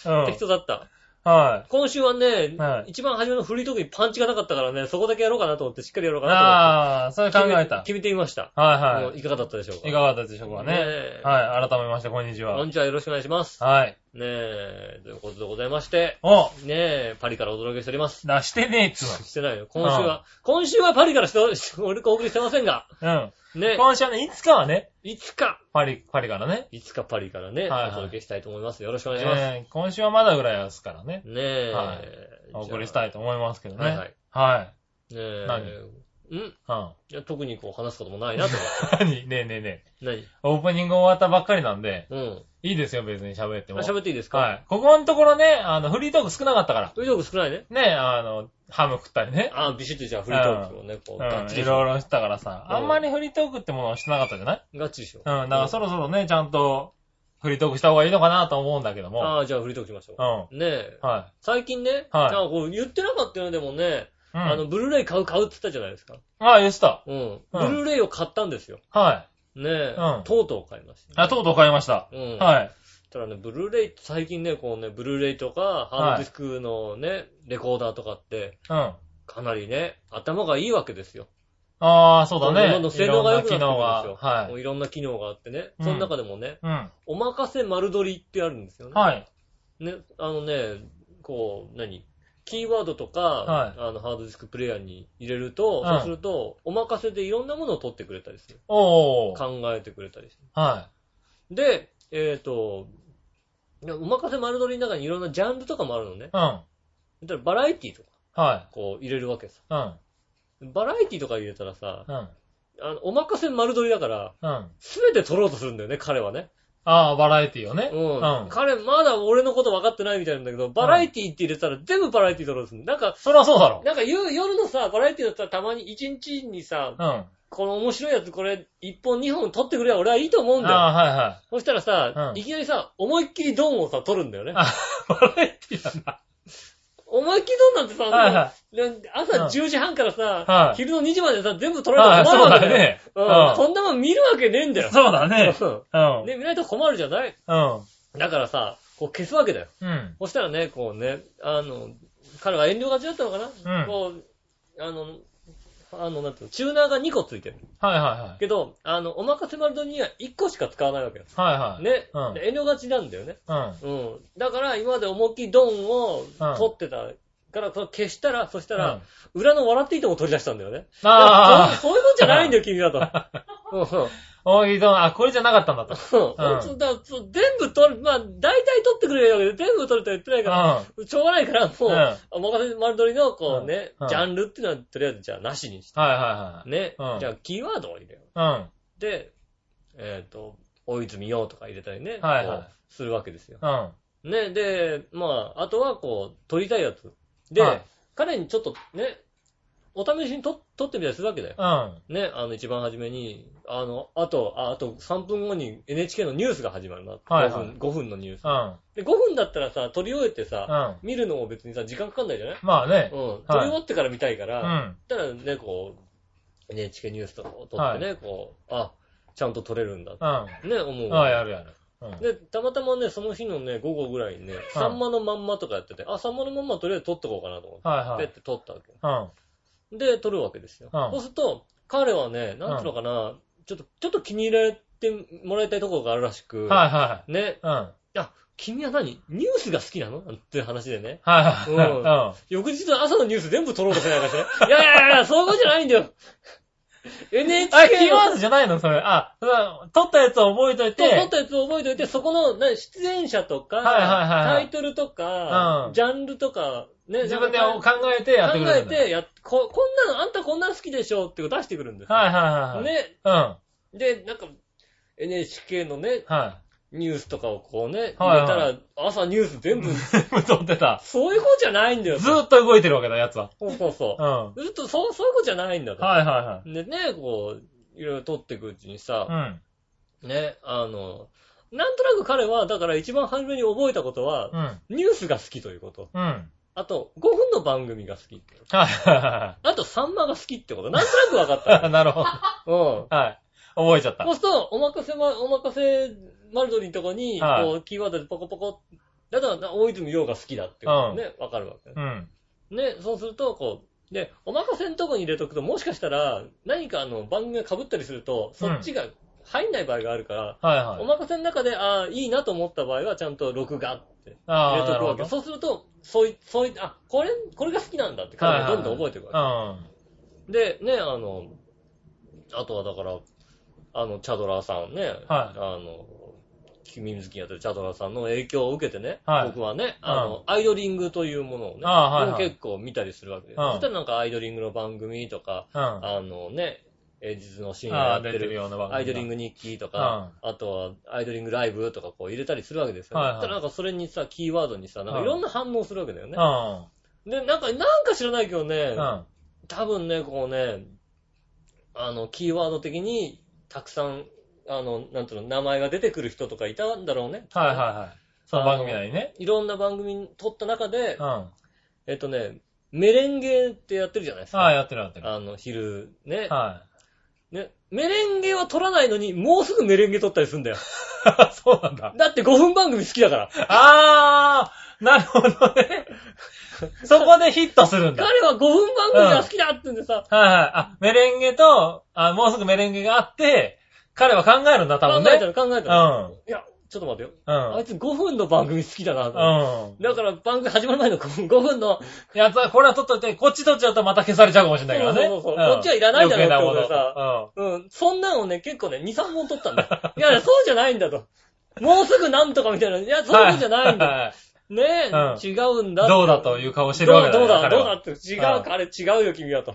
Speaker 2: うん
Speaker 3: うん。
Speaker 2: 適当だった。
Speaker 3: はい。
Speaker 2: 今週はね、
Speaker 3: はい
Speaker 2: 一番初めのフリートークにパンチがなかったからね、そこだけやろうかなと思って、しっかりやろうかな
Speaker 3: ああ、それ
Speaker 2: と
Speaker 3: 考
Speaker 2: 思って。
Speaker 3: えた。
Speaker 2: 決め決めてみました。
Speaker 3: はい
Speaker 2: も
Speaker 3: は
Speaker 2: ういかがだったでしょうか。
Speaker 3: い。いかがだったでしょうか
Speaker 2: ね
Speaker 3: ね。
Speaker 2: え
Speaker 3: はい。改めまして、こんにち
Speaker 2: こん
Speaker 3: は。
Speaker 2: にちは。よろしくお願いします。
Speaker 3: はい。
Speaker 2: ねえ、ということでございまして、
Speaker 3: お
Speaker 2: ねえ、パリからお届けしております。
Speaker 3: 出してねえっつ
Speaker 2: してないよ。今週は、今週はパリからして、 [LAUGHS] 俺お送りしてませんが、
Speaker 3: うの。う
Speaker 2: ね
Speaker 3: ん。今週はね、いつかはね、
Speaker 2: え、いつか、
Speaker 3: パリ、パリからね。
Speaker 2: いつかパリからね、
Speaker 3: はいはい
Speaker 2: お届けしたいと思います。よろしくお願いします。
Speaker 3: えー今週はまだぐらいですからね。
Speaker 2: ねえ、
Speaker 3: は
Speaker 2: じゃあ
Speaker 3: お送りしたいと思いますけど
Speaker 2: はいは
Speaker 3: ね。
Speaker 2: い。
Speaker 3: は
Speaker 2: ねえ、
Speaker 3: 何
Speaker 2: ん
Speaker 3: い。うん。
Speaker 2: いや特にこう話すこともない
Speaker 3: [LAUGHS]
Speaker 2: なと思って。
Speaker 3: 何ねえねえねえ。
Speaker 2: 何
Speaker 3: オープニング終わったばっかりなんで、
Speaker 2: うん。
Speaker 3: いいですよ、別に喋って
Speaker 2: あ
Speaker 3: も。
Speaker 2: 喋っていいですか
Speaker 3: はい。ここのところね、あの、フリートーク少なかったから。
Speaker 2: フリートーク少ないね。
Speaker 3: ね、あの、ハム食ったりね。
Speaker 2: ああ、ビシッとじゃあフリートークをね、こう、
Speaker 3: う
Speaker 2: ガッ
Speaker 3: ん、
Speaker 2: チリ
Speaker 3: い。ろいろしてたからさ、
Speaker 2: うん
Speaker 3: あんまりフリートークってものをしてなかったじゃない
Speaker 2: ガッチリしよう。
Speaker 3: うん、だからそろそろね、ちゃんとフリートークした方がいいのかなと思うんだけども。
Speaker 2: ああ、じゃあフリートークしましょ
Speaker 3: うん。
Speaker 2: う。ねえ。
Speaker 3: は
Speaker 2: 最近ね、
Speaker 3: はい
Speaker 2: じゃあこう言ってなかったよね、でもね、
Speaker 3: い。うん。
Speaker 2: あの、ブルーレイ買う買うって言ったじゃないですか。
Speaker 3: あ、言ってた。
Speaker 2: うん。ブ
Speaker 3: うん
Speaker 2: ルーレイを買ったんですよ。
Speaker 3: はい。
Speaker 2: ねえ。
Speaker 3: うん
Speaker 2: とうとう買いました。
Speaker 3: あ、とうとう買いました。
Speaker 2: うん。い。
Speaker 3: はい。
Speaker 2: たらね、ブルーレイ、最近ね、こうね、ブルーレイとか、ハードディスクのね、レコーダーとかって、
Speaker 3: うん。
Speaker 2: かなりね、頭がいいわけですよ。
Speaker 3: ああ、そうだね。
Speaker 2: どんどん性能が良くなってくるんですよ
Speaker 3: いろんな機能
Speaker 2: も
Speaker 3: が。は
Speaker 2: う
Speaker 3: い。
Speaker 2: いろんな機能があってね。
Speaker 3: うん
Speaker 2: その中でもね、
Speaker 3: うん。
Speaker 2: おまかせ丸取りってあるんですよね。
Speaker 3: はい。
Speaker 2: ね、あのね、こう、何キーワードとか、
Speaker 3: はい
Speaker 2: あの、ハードディスクプレイヤーに入れると、
Speaker 3: うん
Speaker 2: そうすると、お任せでいろんなものを取ってくれたりする。
Speaker 3: おー。
Speaker 2: 考えてくれたりす
Speaker 3: は
Speaker 2: る。で、えっ、と、いやお任せ丸取りの中にいろんなジャンルとかもあるのね。
Speaker 3: い。うん。
Speaker 2: だからバラエティとか、
Speaker 3: は
Speaker 2: こう、入れるわけさ。
Speaker 3: い。うん。
Speaker 2: バラエティとか入れたらさ、
Speaker 3: うん。
Speaker 2: あの、おまかせ丸取りだから、
Speaker 3: うん。あ
Speaker 2: すべて取ろうとするんだよね、彼はね。
Speaker 3: あ、バラエティをね。
Speaker 2: う。
Speaker 3: うんん。
Speaker 2: 彼、まだ俺のこと分かってないみたいなんだけど、バラエティって入れたら全部バラエティ取ろうとするんだよ。なんか、
Speaker 3: そりゃそうだろ。
Speaker 2: なんか夜夜のさ、バラエティだったらたまに1日にさ、
Speaker 3: うん。あ
Speaker 2: この面白いやつこれ1本2本取ってくれば俺はいいと思うんだよ。
Speaker 3: あ、はいはい。
Speaker 2: そしたらさ、
Speaker 3: うん
Speaker 2: いきなりさ、思いっきりドンをさ、取るんだよね。
Speaker 3: あ、バラエティなんだ。
Speaker 2: 思いっきりドンなんてさ、
Speaker 3: はいは
Speaker 2: で朝
Speaker 3: うん
Speaker 2: 10時半からさ、
Speaker 3: はい
Speaker 2: 昼の2時までさ、全部取
Speaker 3: [LAUGHS] い。
Speaker 2: ら
Speaker 3: は
Speaker 2: れ
Speaker 3: い、
Speaker 2: たら
Speaker 3: そ
Speaker 2: 困
Speaker 3: う
Speaker 2: るわ
Speaker 3: だ
Speaker 2: け
Speaker 3: よね。
Speaker 2: うん
Speaker 3: うん
Speaker 2: そんなもん見るわけねえんだよ。
Speaker 3: そうだね。
Speaker 2: う
Speaker 3: うん
Speaker 2: ん。ね、見ないと困るじゃない
Speaker 3: うん。
Speaker 2: だからさ、こう消すわけだよ。
Speaker 3: うん。
Speaker 2: そしたらね、こうね、あの、彼は遠慮がちだったのかな、
Speaker 3: うん
Speaker 2: こう、あの、あの、なんていうの、チューナーが2個ついてる。
Speaker 3: はいはいはい。
Speaker 2: けど、あの、おまかせ丸丼には1個しか使わないわけよ。
Speaker 3: はいはい。
Speaker 2: ね。
Speaker 3: うん
Speaker 2: で遠慮がちなんだよね。
Speaker 3: うん。
Speaker 2: うん。だから、今まで思いっきりドンを
Speaker 3: うん
Speaker 2: 取ってたから、それ消したら、そした
Speaker 3: う
Speaker 2: ら
Speaker 3: ん、
Speaker 2: 裏の笑っていても取り出したんだよね。
Speaker 3: あ
Speaker 2: [LAUGHS] そうそういうもんじゃないんだよ、君
Speaker 3: [LAUGHS]
Speaker 2: はと。うんうん
Speaker 3: あ、おい、どん、あ、これじゃなかったんだ
Speaker 2: [LAUGHS]
Speaker 3: と。
Speaker 2: そうそうだそう全部取る、まあ、大体取ってくれるわけで、全部取るとは言ってないから、
Speaker 3: う
Speaker 2: しょうがないから、もう、
Speaker 3: ん。うん。はい
Speaker 2: お任せ丸取りの、こうね、
Speaker 3: うん
Speaker 2: ジャンルっていうのは、とりあえず、じゃあ、なしにして。
Speaker 3: はい
Speaker 2: ね、
Speaker 3: うん
Speaker 2: じゃあ、キーワードを入れよう。
Speaker 3: はい。
Speaker 2: で、えっ、と、大泉洋とか入れたりね、
Speaker 3: はいはい
Speaker 2: こうするわけですよ。
Speaker 3: うん。うん。
Speaker 2: ね、で、まあ、あとは、こう、取りたいやつ。で、
Speaker 3: はい
Speaker 2: 彼にちょっと、ね、お試しにと取ってみたりするわけだよ。
Speaker 3: うん。
Speaker 2: ね、あの、一番初めに、あの、あと、ああと3分後に NHK のニュースが始まるな。
Speaker 3: はいはい
Speaker 2: 5分、5分のニュース。
Speaker 3: うん。
Speaker 2: で、5分だったらさ、撮り終えてさ、
Speaker 3: うん。
Speaker 2: 見るのも別にさ、時間かかんないじゃない
Speaker 3: まあね
Speaker 2: う。ん。撮り終わってから見たいか
Speaker 3: う
Speaker 2: ら、
Speaker 3: ん。
Speaker 2: だったらね、こう、NHK ニュースとかを撮ってね、こう、あ、ちゃんと撮れるんだ。
Speaker 3: うん。あ
Speaker 2: ね、思う。
Speaker 3: あ、やるやる。うん。
Speaker 2: で、たまたまね、その日のね、午後ぐらいにね、サンマのまんまとかやってて、あ、サンマのまんまとりあえず撮っとこうかなと思って、
Speaker 3: は
Speaker 2: ペ
Speaker 3: いは
Speaker 2: ッ
Speaker 3: い。
Speaker 2: て撮ったわけ。
Speaker 3: うん。
Speaker 2: で、撮るわけですよ。
Speaker 3: うん
Speaker 2: そうすると、彼はね、なんていうのかな、ちょっと、ちょっと気に入られてもらいたいところがあるらしく、
Speaker 3: はいは
Speaker 2: ね、
Speaker 3: い。うん。はい
Speaker 2: 君は何ニュースが好きなのっていう話でね。
Speaker 3: はい。
Speaker 2: う
Speaker 3: うんん。は
Speaker 2: 翌日の朝のニュース全部撮ろうとしないからね。いやいやいや、そういうことじゃないん
Speaker 3: [LAUGHS]
Speaker 2: だよ。
Speaker 3: い。キ
Speaker 2: NHK
Speaker 3: ー
Speaker 2: の
Speaker 3: ワードじゃないのそれ。あ、それ撮ったやつを覚えと
Speaker 2: そ
Speaker 3: い。
Speaker 2: う撮ってたやつを覚えておいて、そこの、ね、出演者とか、
Speaker 3: はいはいはいは
Speaker 2: タ
Speaker 3: い
Speaker 2: イトルとか、
Speaker 3: うん
Speaker 2: ジャンルとか、ね、
Speaker 3: 自分で
Speaker 2: なん
Speaker 3: 考
Speaker 2: か
Speaker 3: えてやってく
Speaker 2: 考
Speaker 3: れ
Speaker 2: え
Speaker 3: るんだよ。
Speaker 2: てやっこ、こんなの、あんたこんなの好きでしょっていうのを出してくるんですよ。
Speaker 3: はいはいはい。。
Speaker 2: ね、
Speaker 3: うん。は
Speaker 2: で、なんか、NHK のね
Speaker 3: い、。は
Speaker 2: ニュースとかをこうね、
Speaker 3: はい
Speaker 2: 入
Speaker 3: は
Speaker 2: れ
Speaker 3: い
Speaker 2: たら、朝ニュース全部、
Speaker 3: [LAUGHS] い。撮ってた。
Speaker 2: そういうことじゃないんだよ。
Speaker 3: ずーっと動いてるわけだ、やつは。
Speaker 2: そうそうそ
Speaker 3: うん。は
Speaker 2: う。ずっと、そう、そういうことじゃないんだ
Speaker 3: い
Speaker 2: と。
Speaker 3: はいはい。
Speaker 2: でね、こう、いろいろ撮っていくうちに
Speaker 3: う
Speaker 2: さ、
Speaker 3: ん。
Speaker 2: ね、あの、なんとなく彼は、だから一番初めに覚えたことは
Speaker 3: う、ん。
Speaker 2: ニュースが好きということ。
Speaker 3: うん。はい
Speaker 2: あと、5分の番組が好きってこと。
Speaker 3: はいは
Speaker 2: あと、サンマが好きってこと。なんとなく分かっ
Speaker 3: い [LAUGHS] は
Speaker 2: た。
Speaker 3: い。なるほど。
Speaker 2: うん。
Speaker 3: はい。覚えちゃった
Speaker 2: そ。うすると、おまかせま、おまかせマルドリのとこに、
Speaker 3: はい
Speaker 2: こう、キーワードでポコポコ。だから、大泉洋が好きだってことね、分かるわけ。
Speaker 3: うん。
Speaker 2: ね、そうすると、こう、で、おまかせのとこに入れとくと、もしかしたら、何かあの、番組が被ったりすると、そっちが入んない場合があるから、
Speaker 3: はい
Speaker 2: お
Speaker 3: はい。
Speaker 2: まかせの中で、ああ、いいなと思った場合は、ちゃんと録画って入
Speaker 3: あ
Speaker 2: れ
Speaker 3: あ、
Speaker 2: と
Speaker 3: な
Speaker 2: く
Speaker 3: る
Speaker 2: わ
Speaker 3: ほ
Speaker 2: け。
Speaker 3: ど。
Speaker 2: そうすると、そうい、そうい、あ、これ、これが好きなんだって、
Speaker 3: はい
Speaker 2: 彼
Speaker 3: は
Speaker 2: が
Speaker 3: い
Speaker 2: どんどん覚えていくわ
Speaker 3: う
Speaker 2: け。
Speaker 3: ん。
Speaker 2: で、ね、あの、あとはだから、あの、チャドラーさんね、あの、君好きにやってるチャドラーさんの影響を受けてね、
Speaker 3: はい
Speaker 2: 僕はね、あの、アイドリングというものをね、
Speaker 3: あーはい
Speaker 2: もう
Speaker 3: はい
Speaker 2: 結構見たりするわけです。
Speaker 3: うん
Speaker 2: そしたらなんかアイドリングの番組とか、
Speaker 3: うん。あ
Speaker 2: あのね、平日の深夜や
Speaker 3: あ、
Speaker 2: って
Speaker 3: 出てる
Speaker 2: る
Speaker 3: ような番組。
Speaker 2: アイドリン
Speaker 3: グ。
Speaker 2: グ日記とか、あとはアイドリングライブとかこう入れたりするわけですよ。
Speaker 3: はいはい
Speaker 2: そしたらなんかそれにさ、キーワードにさ、なんかいろんな反応するわけだよね
Speaker 3: う。ん。
Speaker 2: で、なんか、なんか知らないけどね
Speaker 3: う、ん。
Speaker 2: 多分ね、こうね、あの、キーワード的にたくさん、あの、なんていうの、名前が出てくる人とかいたんだろうね。
Speaker 3: はいはいはい。その番組内にね。
Speaker 2: いろんな番組に撮った中で
Speaker 3: うん。、あ
Speaker 2: えっとね、メレンゲってやってるじゃないですか。
Speaker 3: あ、やってるやってる。
Speaker 2: あの、昼、ね。
Speaker 3: は
Speaker 2: ね。メレンゲは撮らないのに、もうすぐメレンゲ撮ったりするんだよ。
Speaker 3: い。 [LAUGHS] そうなんだ。
Speaker 2: だって5分番組好きだから。
Speaker 3: ああ、なるほどね。そこでヒットするんだ。はい
Speaker 2: [LAUGHS] 彼は5分番組が好きだって言うんでさ、
Speaker 3: はい。あ、メレンゲと、あ、もうすぐメレンゲがあって、彼は考えるんだ、多
Speaker 2: 考
Speaker 3: 分
Speaker 2: え
Speaker 3: ね
Speaker 2: た。ら考えた
Speaker 3: う
Speaker 2: ら。
Speaker 3: ん。
Speaker 2: いや、ちょっと待ってよ。
Speaker 3: う
Speaker 2: あい
Speaker 3: ん。
Speaker 2: つ5分の番組好きだなと思って。
Speaker 3: うん。
Speaker 2: だから番組始まる前の5分 [LAUGHS] の、
Speaker 3: いや、これは取っといて、こっち取っちゃうとまた消されちゃうかもしれないからね。
Speaker 2: そうそうそう
Speaker 3: うん
Speaker 2: こっちはいらないだろうってことでさ
Speaker 3: 余計なもの
Speaker 2: うん、そんなのね、結構ね、2、3本撮ったん
Speaker 3: [LAUGHS]
Speaker 2: だよ。いやいや、そうじゃないんだと。もうすぐなんとかみたいな。いや、
Speaker 3: うん。
Speaker 2: そういうことじゃないんだ。
Speaker 3: は
Speaker 2: ねえ、
Speaker 3: うん
Speaker 2: 違うんだ。
Speaker 3: どうだという顔してるわけだ
Speaker 2: どう
Speaker 3: よ
Speaker 2: だ、どうだ
Speaker 3: 彼
Speaker 2: どう
Speaker 3: は
Speaker 2: だって。違う、あれ違うよ、君はと。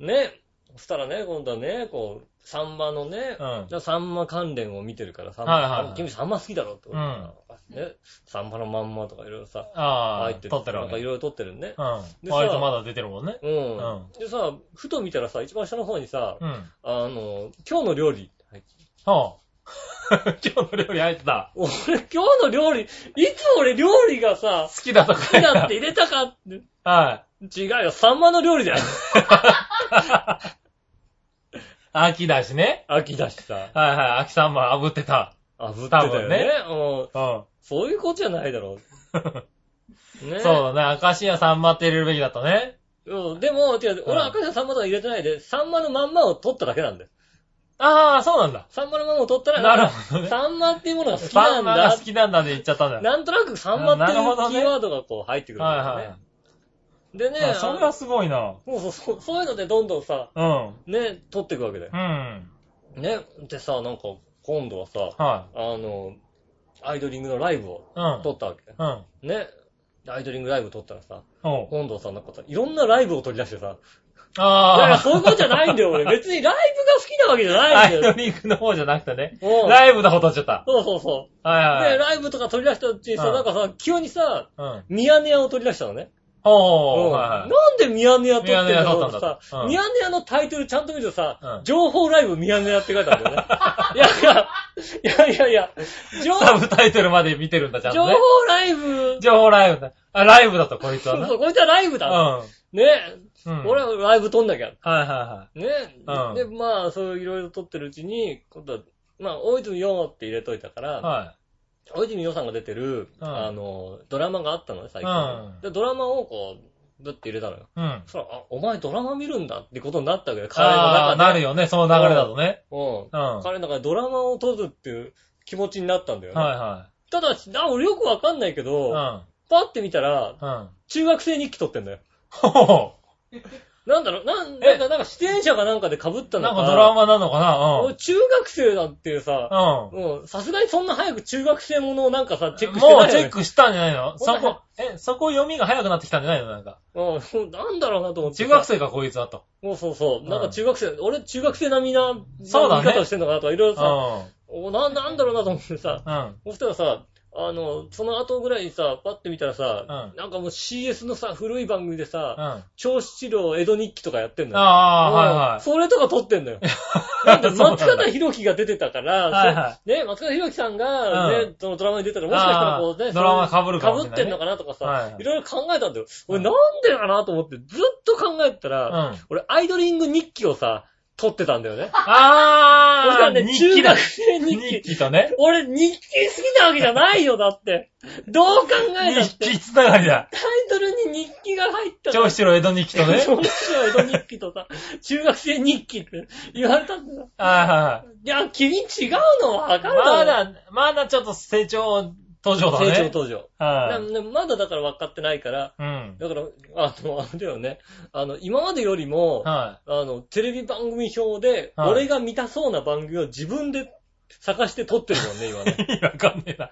Speaker 3: うん。
Speaker 2: ねそしたらね、今度はね、こう、サンマのね、
Speaker 3: うん
Speaker 2: じ。ゃあサンマ関連を見てるから、サン
Speaker 3: はいはいは
Speaker 2: マ
Speaker 3: い、
Speaker 2: 君サンマ好きだろってことだからね、サンマのまんまとかいろいろさ、
Speaker 3: あ
Speaker 2: 入
Speaker 3: あ
Speaker 2: っ、て
Speaker 3: 撮ってる
Speaker 2: な
Speaker 3: わ
Speaker 2: んか
Speaker 3: け。
Speaker 2: い
Speaker 3: うん。
Speaker 2: ろいろ撮ってるね。でさ
Speaker 3: 割とまだ出てるもんね。
Speaker 2: うん。
Speaker 3: うん
Speaker 2: でさ、ふと見たらさ、一番下の方にさ、
Speaker 3: うん。
Speaker 2: あの、今日の料理。はい
Speaker 3: はあ。 [LAUGHS] 今日の料理入ってた。
Speaker 2: 俺、今日の料理、いつ俺料理がさ、
Speaker 3: 好きだとか
Speaker 2: 好き
Speaker 3: 言
Speaker 2: だって入れたかって。
Speaker 3: はい。
Speaker 2: 違うよ、サンマの料理だよ。
Speaker 3: 秋だしね。
Speaker 2: 秋だしさ。
Speaker 3: はいはい。秋さんも炙ってた。
Speaker 2: あ、ぶってたよねうん。
Speaker 3: うん。
Speaker 2: そういうことじゃないだろう。ね
Speaker 3: [LAUGHS] そうだね。明石家さんまって入れるべきだったね。
Speaker 2: うん。でも、違う、俺は赤ちゃんサンマとか入れてないで、サンマのまんまを取っただけなんだよ。
Speaker 3: ああ、そうなんだ。
Speaker 2: サンマのまんまを取ったら、
Speaker 3: なるほどね
Speaker 2: サンマっていうものが好き
Speaker 3: サ
Speaker 2: な
Speaker 3: ン
Speaker 2: ん
Speaker 3: マが
Speaker 2: だ
Speaker 3: 好。きなんだで言っちゃったんだよ。
Speaker 2: なんとなくサンマっていう
Speaker 3: なるほど
Speaker 2: キー
Speaker 3: ね
Speaker 2: ワードがこう入ってくるんだよね。
Speaker 3: はいは
Speaker 2: でね
Speaker 3: い。、あそれはすごいな。
Speaker 2: もうそうそうそういうのでどんどんさ、
Speaker 3: うん。
Speaker 2: ね、取っていくわけだよ
Speaker 3: う。ん。
Speaker 2: ね。でさ、なんか、今度はさ、
Speaker 3: は
Speaker 2: あの、アイドリングのライブを
Speaker 3: い。うん。
Speaker 2: 撮ったわけ。
Speaker 3: うん。
Speaker 2: ね。アイドリングライブ撮ったらさ、
Speaker 3: おう
Speaker 2: 今度さ、なんかさ、いろんなライブを取り出してさ、いやい
Speaker 3: あ
Speaker 2: や、
Speaker 3: あ。
Speaker 2: そういうことじゃないんだよ、
Speaker 3: [LAUGHS]
Speaker 2: 俺。別にライブが好きなわけじゃな
Speaker 3: ア
Speaker 2: いんだ
Speaker 3: イド
Speaker 2: よ。
Speaker 3: リングの方じゃなくてね。
Speaker 2: うん
Speaker 3: ライブの方取っちゃった。
Speaker 2: そうそうそ
Speaker 3: は
Speaker 2: う。で、
Speaker 3: いはい。
Speaker 2: ライブとか取り出したうちにさ、
Speaker 3: うん
Speaker 2: なんかさ、急にさ、
Speaker 3: うん。
Speaker 2: ミヤネ屋を取り出したのね。
Speaker 3: お
Speaker 2: う
Speaker 3: ー、
Speaker 2: ん
Speaker 3: はいは。
Speaker 2: ないんでミヤネ屋撮ってんだろう
Speaker 3: ミヤネ屋撮
Speaker 2: と
Speaker 3: ったん
Speaker 2: さ
Speaker 3: だう、ん
Speaker 2: ミヤネ屋のタイトルちゃんと見るとさ
Speaker 3: う、ん
Speaker 2: 情報ライブミヤネ屋って書いてあるんだよね。
Speaker 3: [LAUGHS]
Speaker 2: いやいや、いやいやいや、情
Speaker 3: サブタイトルまで見てるんだ、ちゃん
Speaker 2: 情
Speaker 3: と
Speaker 2: 報
Speaker 3: ね。
Speaker 2: ライブ、
Speaker 3: 情報ライブだ。あ、ライブだと、こいつ
Speaker 2: そ
Speaker 3: は
Speaker 2: う
Speaker 3: な。
Speaker 2: そう、こいつはライブだ。
Speaker 3: う
Speaker 2: ね。
Speaker 3: ん。うん。
Speaker 2: 俺
Speaker 3: はい
Speaker 2: はライブ撮んなきゃ。
Speaker 3: はいは
Speaker 2: ね。
Speaker 3: うん
Speaker 2: で、まあ、そういういろいろ撮ってるうちに、今度は、まあ、大泉洋って入れといたか
Speaker 3: い。
Speaker 2: ら、
Speaker 3: は
Speaker 2: 大泉洋さんが出てる、
Speaker 3: うん
Speaker 2: あの、ドラマがあったのね、最近。
Speaker 3: うん
Speaker 2: で、ドラマをこう、ぶって入れたのよ。
Speaker 3: い。うん。
Speaker 2: そら、あ、お前ドラマ見るんだってことになったわけど、彼の
Speaker 3: あ
Speaker 2: 中
Speaker 3: あー、
Speaker 2: で。
Speaker 3: なるよね、その流れだとね。
Speaker 2: うん。
Speaker 3: うん。はい
Speaker 2: 彼の中でドラマを撮るっていう気持ちになったんだよね。
Speaker 3: は
Speaker 2: ただ、あ、俺よくわかんないけ
Speaker 3: い。うん。
Speaker 2: ど、
Speaker 3: う
Speaker 2: パって見たら、
Speaker 3: ん。
Speaker 2: 中学生日記撮ってんだよ。
Speaker 3: ほ [LAUGHS] ほ
Speaker 2: なんだろう、なん、な
Speaker 3: え
Speaker 2: んか、なんか出演者かなんかで被ったの
Speaker 3: な
Speaker 2: か。
Speaker 3: んかドラマなのか
Speaker 2: 俺中学生なんてさ、
Speaker 3: なうん。
Speaker 2: うん、さすがにそんな早く中学生ものをなんかさ、チェ
Speaker 3: う
Speaker 2: ッ
Speaker 3: ん。
Speaker 2: クして
Speaker 3: も
Speaker 2: な
Speaker 3: う
Speaker 2: い
Speaker 3: チ
Speaker 2: よ
Speaker 3: ェッ
Speaker 2: ね。
Speaker 3: クしたんじゃないの
Speaker 2: そん
Speaker 3: そ
Speaker 2: な
Speaker 3: こ、え、そこ読みが早くなってきたんじゃないのなんか。
Speaker 2: うん、なんだろうなと思ってさ。
Speaker 3: 中学生か、こいつはと。
Speaker 2: そうそうそう。
Speaker 3: うん
Speaker 2: なんか中学生、俺中学生並みな、
Speaker 3: そうだね
Speaker 2: 見方してんのかなとか、いろいうろ
Speaker 3: ん。
Speaker 2: さ、おな、なんだろうなと思ってさ、
Speaker 3: う
Speaker 2: そ
Speaker 3: ん。
Speaker 2: したらさ、あの、その後ぐらいにさ、パッて見たらさ、
Speaker 3: う
Speaker 2: なんかもう CS のさ、古い番組で
Speaker 3: うん。
Speaker 2: さ、
Speaker 3: あ
Speaker 2: 超七郎江戸日記とかやってんのよ。
Speaker 3: あー、
Speaker 2: うん
Speaker 3: はいはい。
Speaker 2: それとか撮ってんの
Speaker 3: [LAUGHS]
Speaker 2: よ。なんで
Speaker 3: そうなん
Speaker 2: 松
Speaker 3: だ
Speaker 2: 方弘樹が出てたから、
Speaker 3: はいは
Speaker 2: そうね、松方弘樹さんが、ね、
Speaker 3: う
Speaker 2: そのドラマに出たから、もしかしたらこう
Speaker 3: あ
Speaker 2: ね、
Speaker 3: ードラマ被るかも
Speaker 2: 被っ
Speaker 3: しれないね
Speaker 2: てんのかなとかさ、
Speaker 3: はい
Speaker 2: い
Speaker 3: はい
Speaker 2: ろいろ考えたんだよ。俺
Speaker 3: うん
Speaker 2: なんでかなと思って、ずっと考えてたら、
Speaker 3: うん。
Speaker 2: 俺アイドリング日記をさ、撮ってたんだよね。そした
Speaker 3: あ
Speaker 2: ら
Speaker 3: あ、
Speaker 2: ね、
Speaker 3: 日
Speaker 2: 中
Speaker 3: 記だ
Speaker 2: 学。生日
Speaker 3: 日
Speaker 2: 記。
Speaker 3: 記とね。
Speaker 2: 俺日記好きなわけじゃないよ、だって。どう考えたっ
Speaker 3: 日
Speaker 2: て、
Speaker 3: 記つなが
Speaker 2: [LAUGHS]
Speaker 3: りだ。
Speaker 2: タイトルに日記が入った
Speaker 3: 超白江戸日記とね。はい
Speaker 2: そう江戸日記とさ、中学生日記って言われたんだよ。
Speaker 3: はい
Speaker 2: や、君違うのはわ
Speaker 3: い
Speaker 2: かるだろ。
Speaker 3: まだ、まだちょっと成長途上だね。
Speaker 2: 成長途上。
Speaker 3: は。
Speaker 2: ないねまだだから分かってないから、
Speaker 3: うん。
Speaker 2: だから、あの、あれだよね。あの、今までよりも、
Speaker 3: は
Speaker 2: あの、テレビ番組表で、
Speaker 3: はい
Speaker 2: 俺が見たそうな番組を自分で探して撮ってるもんね、今ね。
Speaker 3: い。 [LAUGHS] 意味わかんねえな。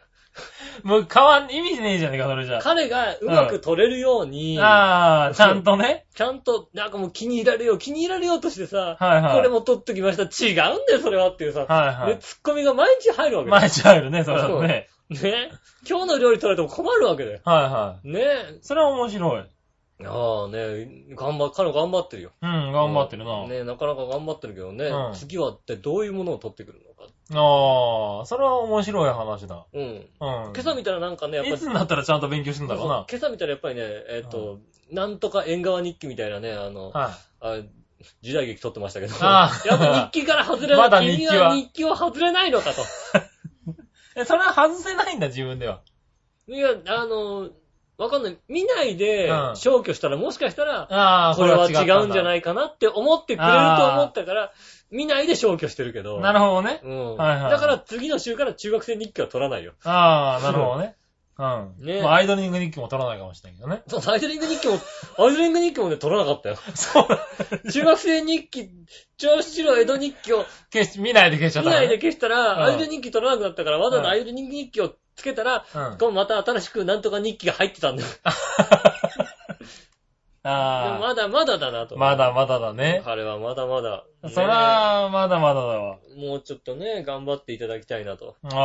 Speaker 3: もう変わん、意味ねえじゃねえか、それじゃ
Speaker 2: 彼がうまく撮れるように、
Speaker 3: あ。ああ、ちゃんとね。
Speaker 2: ちゃんと、なんかもう気に入られよう、気に入られようとしてさ、
Speaker 3: はいはい
Speaker 2: これも撮っときました。違うんだよ、それはっていうさ、
Speaker 3: はいは
Speaker 2: で、
Speaker 3: い。
Speaker 2: ツッコミが毎日入るわけだよ
Speaker 3: 毎日入るね、それだとね。
Speaker 2: ね。今日の料理撮られても困るわけだよ。
Speaker 3: はいは
Speaker 2: ねえ。
Speaker 3: い。それは面白い。
Speaker 2: ああね、頑張、彼頑張ってるよ。
Speaker 3: うん、頑張ってるな。
Speaker 2: ねえ、なかなか頑張ってるけどね、
Speaker 3: うん
Speaker 2: 次はってどういうものを取ってくるのか。
Speaker 3: ああ、それは面白い話だ。
Speaker 2: うん。
Speaker 3: うん。
Speaker 2: 今朝見たらなんかね、やっぱり、
Speaker 3: いつになったらちゃんと勉強するんだろう
Speaker 2: 今朝見たらやっぱりね、えっ、と、なんとか縁側日記みたいなね、あの、
Speaker 3: な。はい。
Speaker 2: あ時代劇撮ってましたけど、
Speaker 3: ああ
Speaker 2: やっぱ日記から外れない。
Speaker 3: [LAUGHS] まだ日記は
Speaker 2: 君は日記を外れないのかと。
Speaker 3: え、それは外せないんだ、自分では。
Speaker 2: いや、あの、わかんない。見ないで
Speaker 3: うん
Speaker 2: 消去したら、もしかしたら、
Speaker 3: ああ、
Speaker 2: これは違うんじゃ
Speaker 3: い
Speaker 2: ないかなって思ってくれると思ったから、見ないで消去してるけど。
Speaker 3: なるほどね。
Speaker 2: うん。
Speaker 3: はいはい
Speaker 2: だから次の週から中学生日記は取らないよ。
Speaker 3: ああ、なるほどね。うん。
Speaker 2: ね
Speaker 3: まあ、アイドリング日記も取らないかもしれないけどね。 [LAUGHS]
Speaker 2: そう、アイドリング日記も、アイドリング日記もね、取らなかったよ。
Speaker 3: そう。
Speaker 2: 中学生日記、長七郎江戸日記を
Speaker 3: 消し、見ないで消しちゃっ
Speaker 2: 見
Speaker 3: た、
Speaker 2: な
Speaker 3: ね。
Speaker 2: いで消した
Speaker 3: うん
Speaker 2: ら、アイドリング日記取らなくなったから、わざわざ
Speaker 3: うん
Speaker 2: アイドリング日記をつけたら、
Speaker 3: うん
Speaker 2: 今度また新しくなんとか日記が入ってたんだよ。でも
Speaker 3: あ
Speaker 2: [LAUGHS] まだまだだな
Speaker 3: あ、
Speaker 2: と。
Speaker 3: まだまだだね。
Speaker 2: 彼はまだまだ。ね
Speaker 3: そら、まだまだだわ。
Speaker 2: もうちょっとね、頑張っていただきたいなと。思い
Speaker 3: あ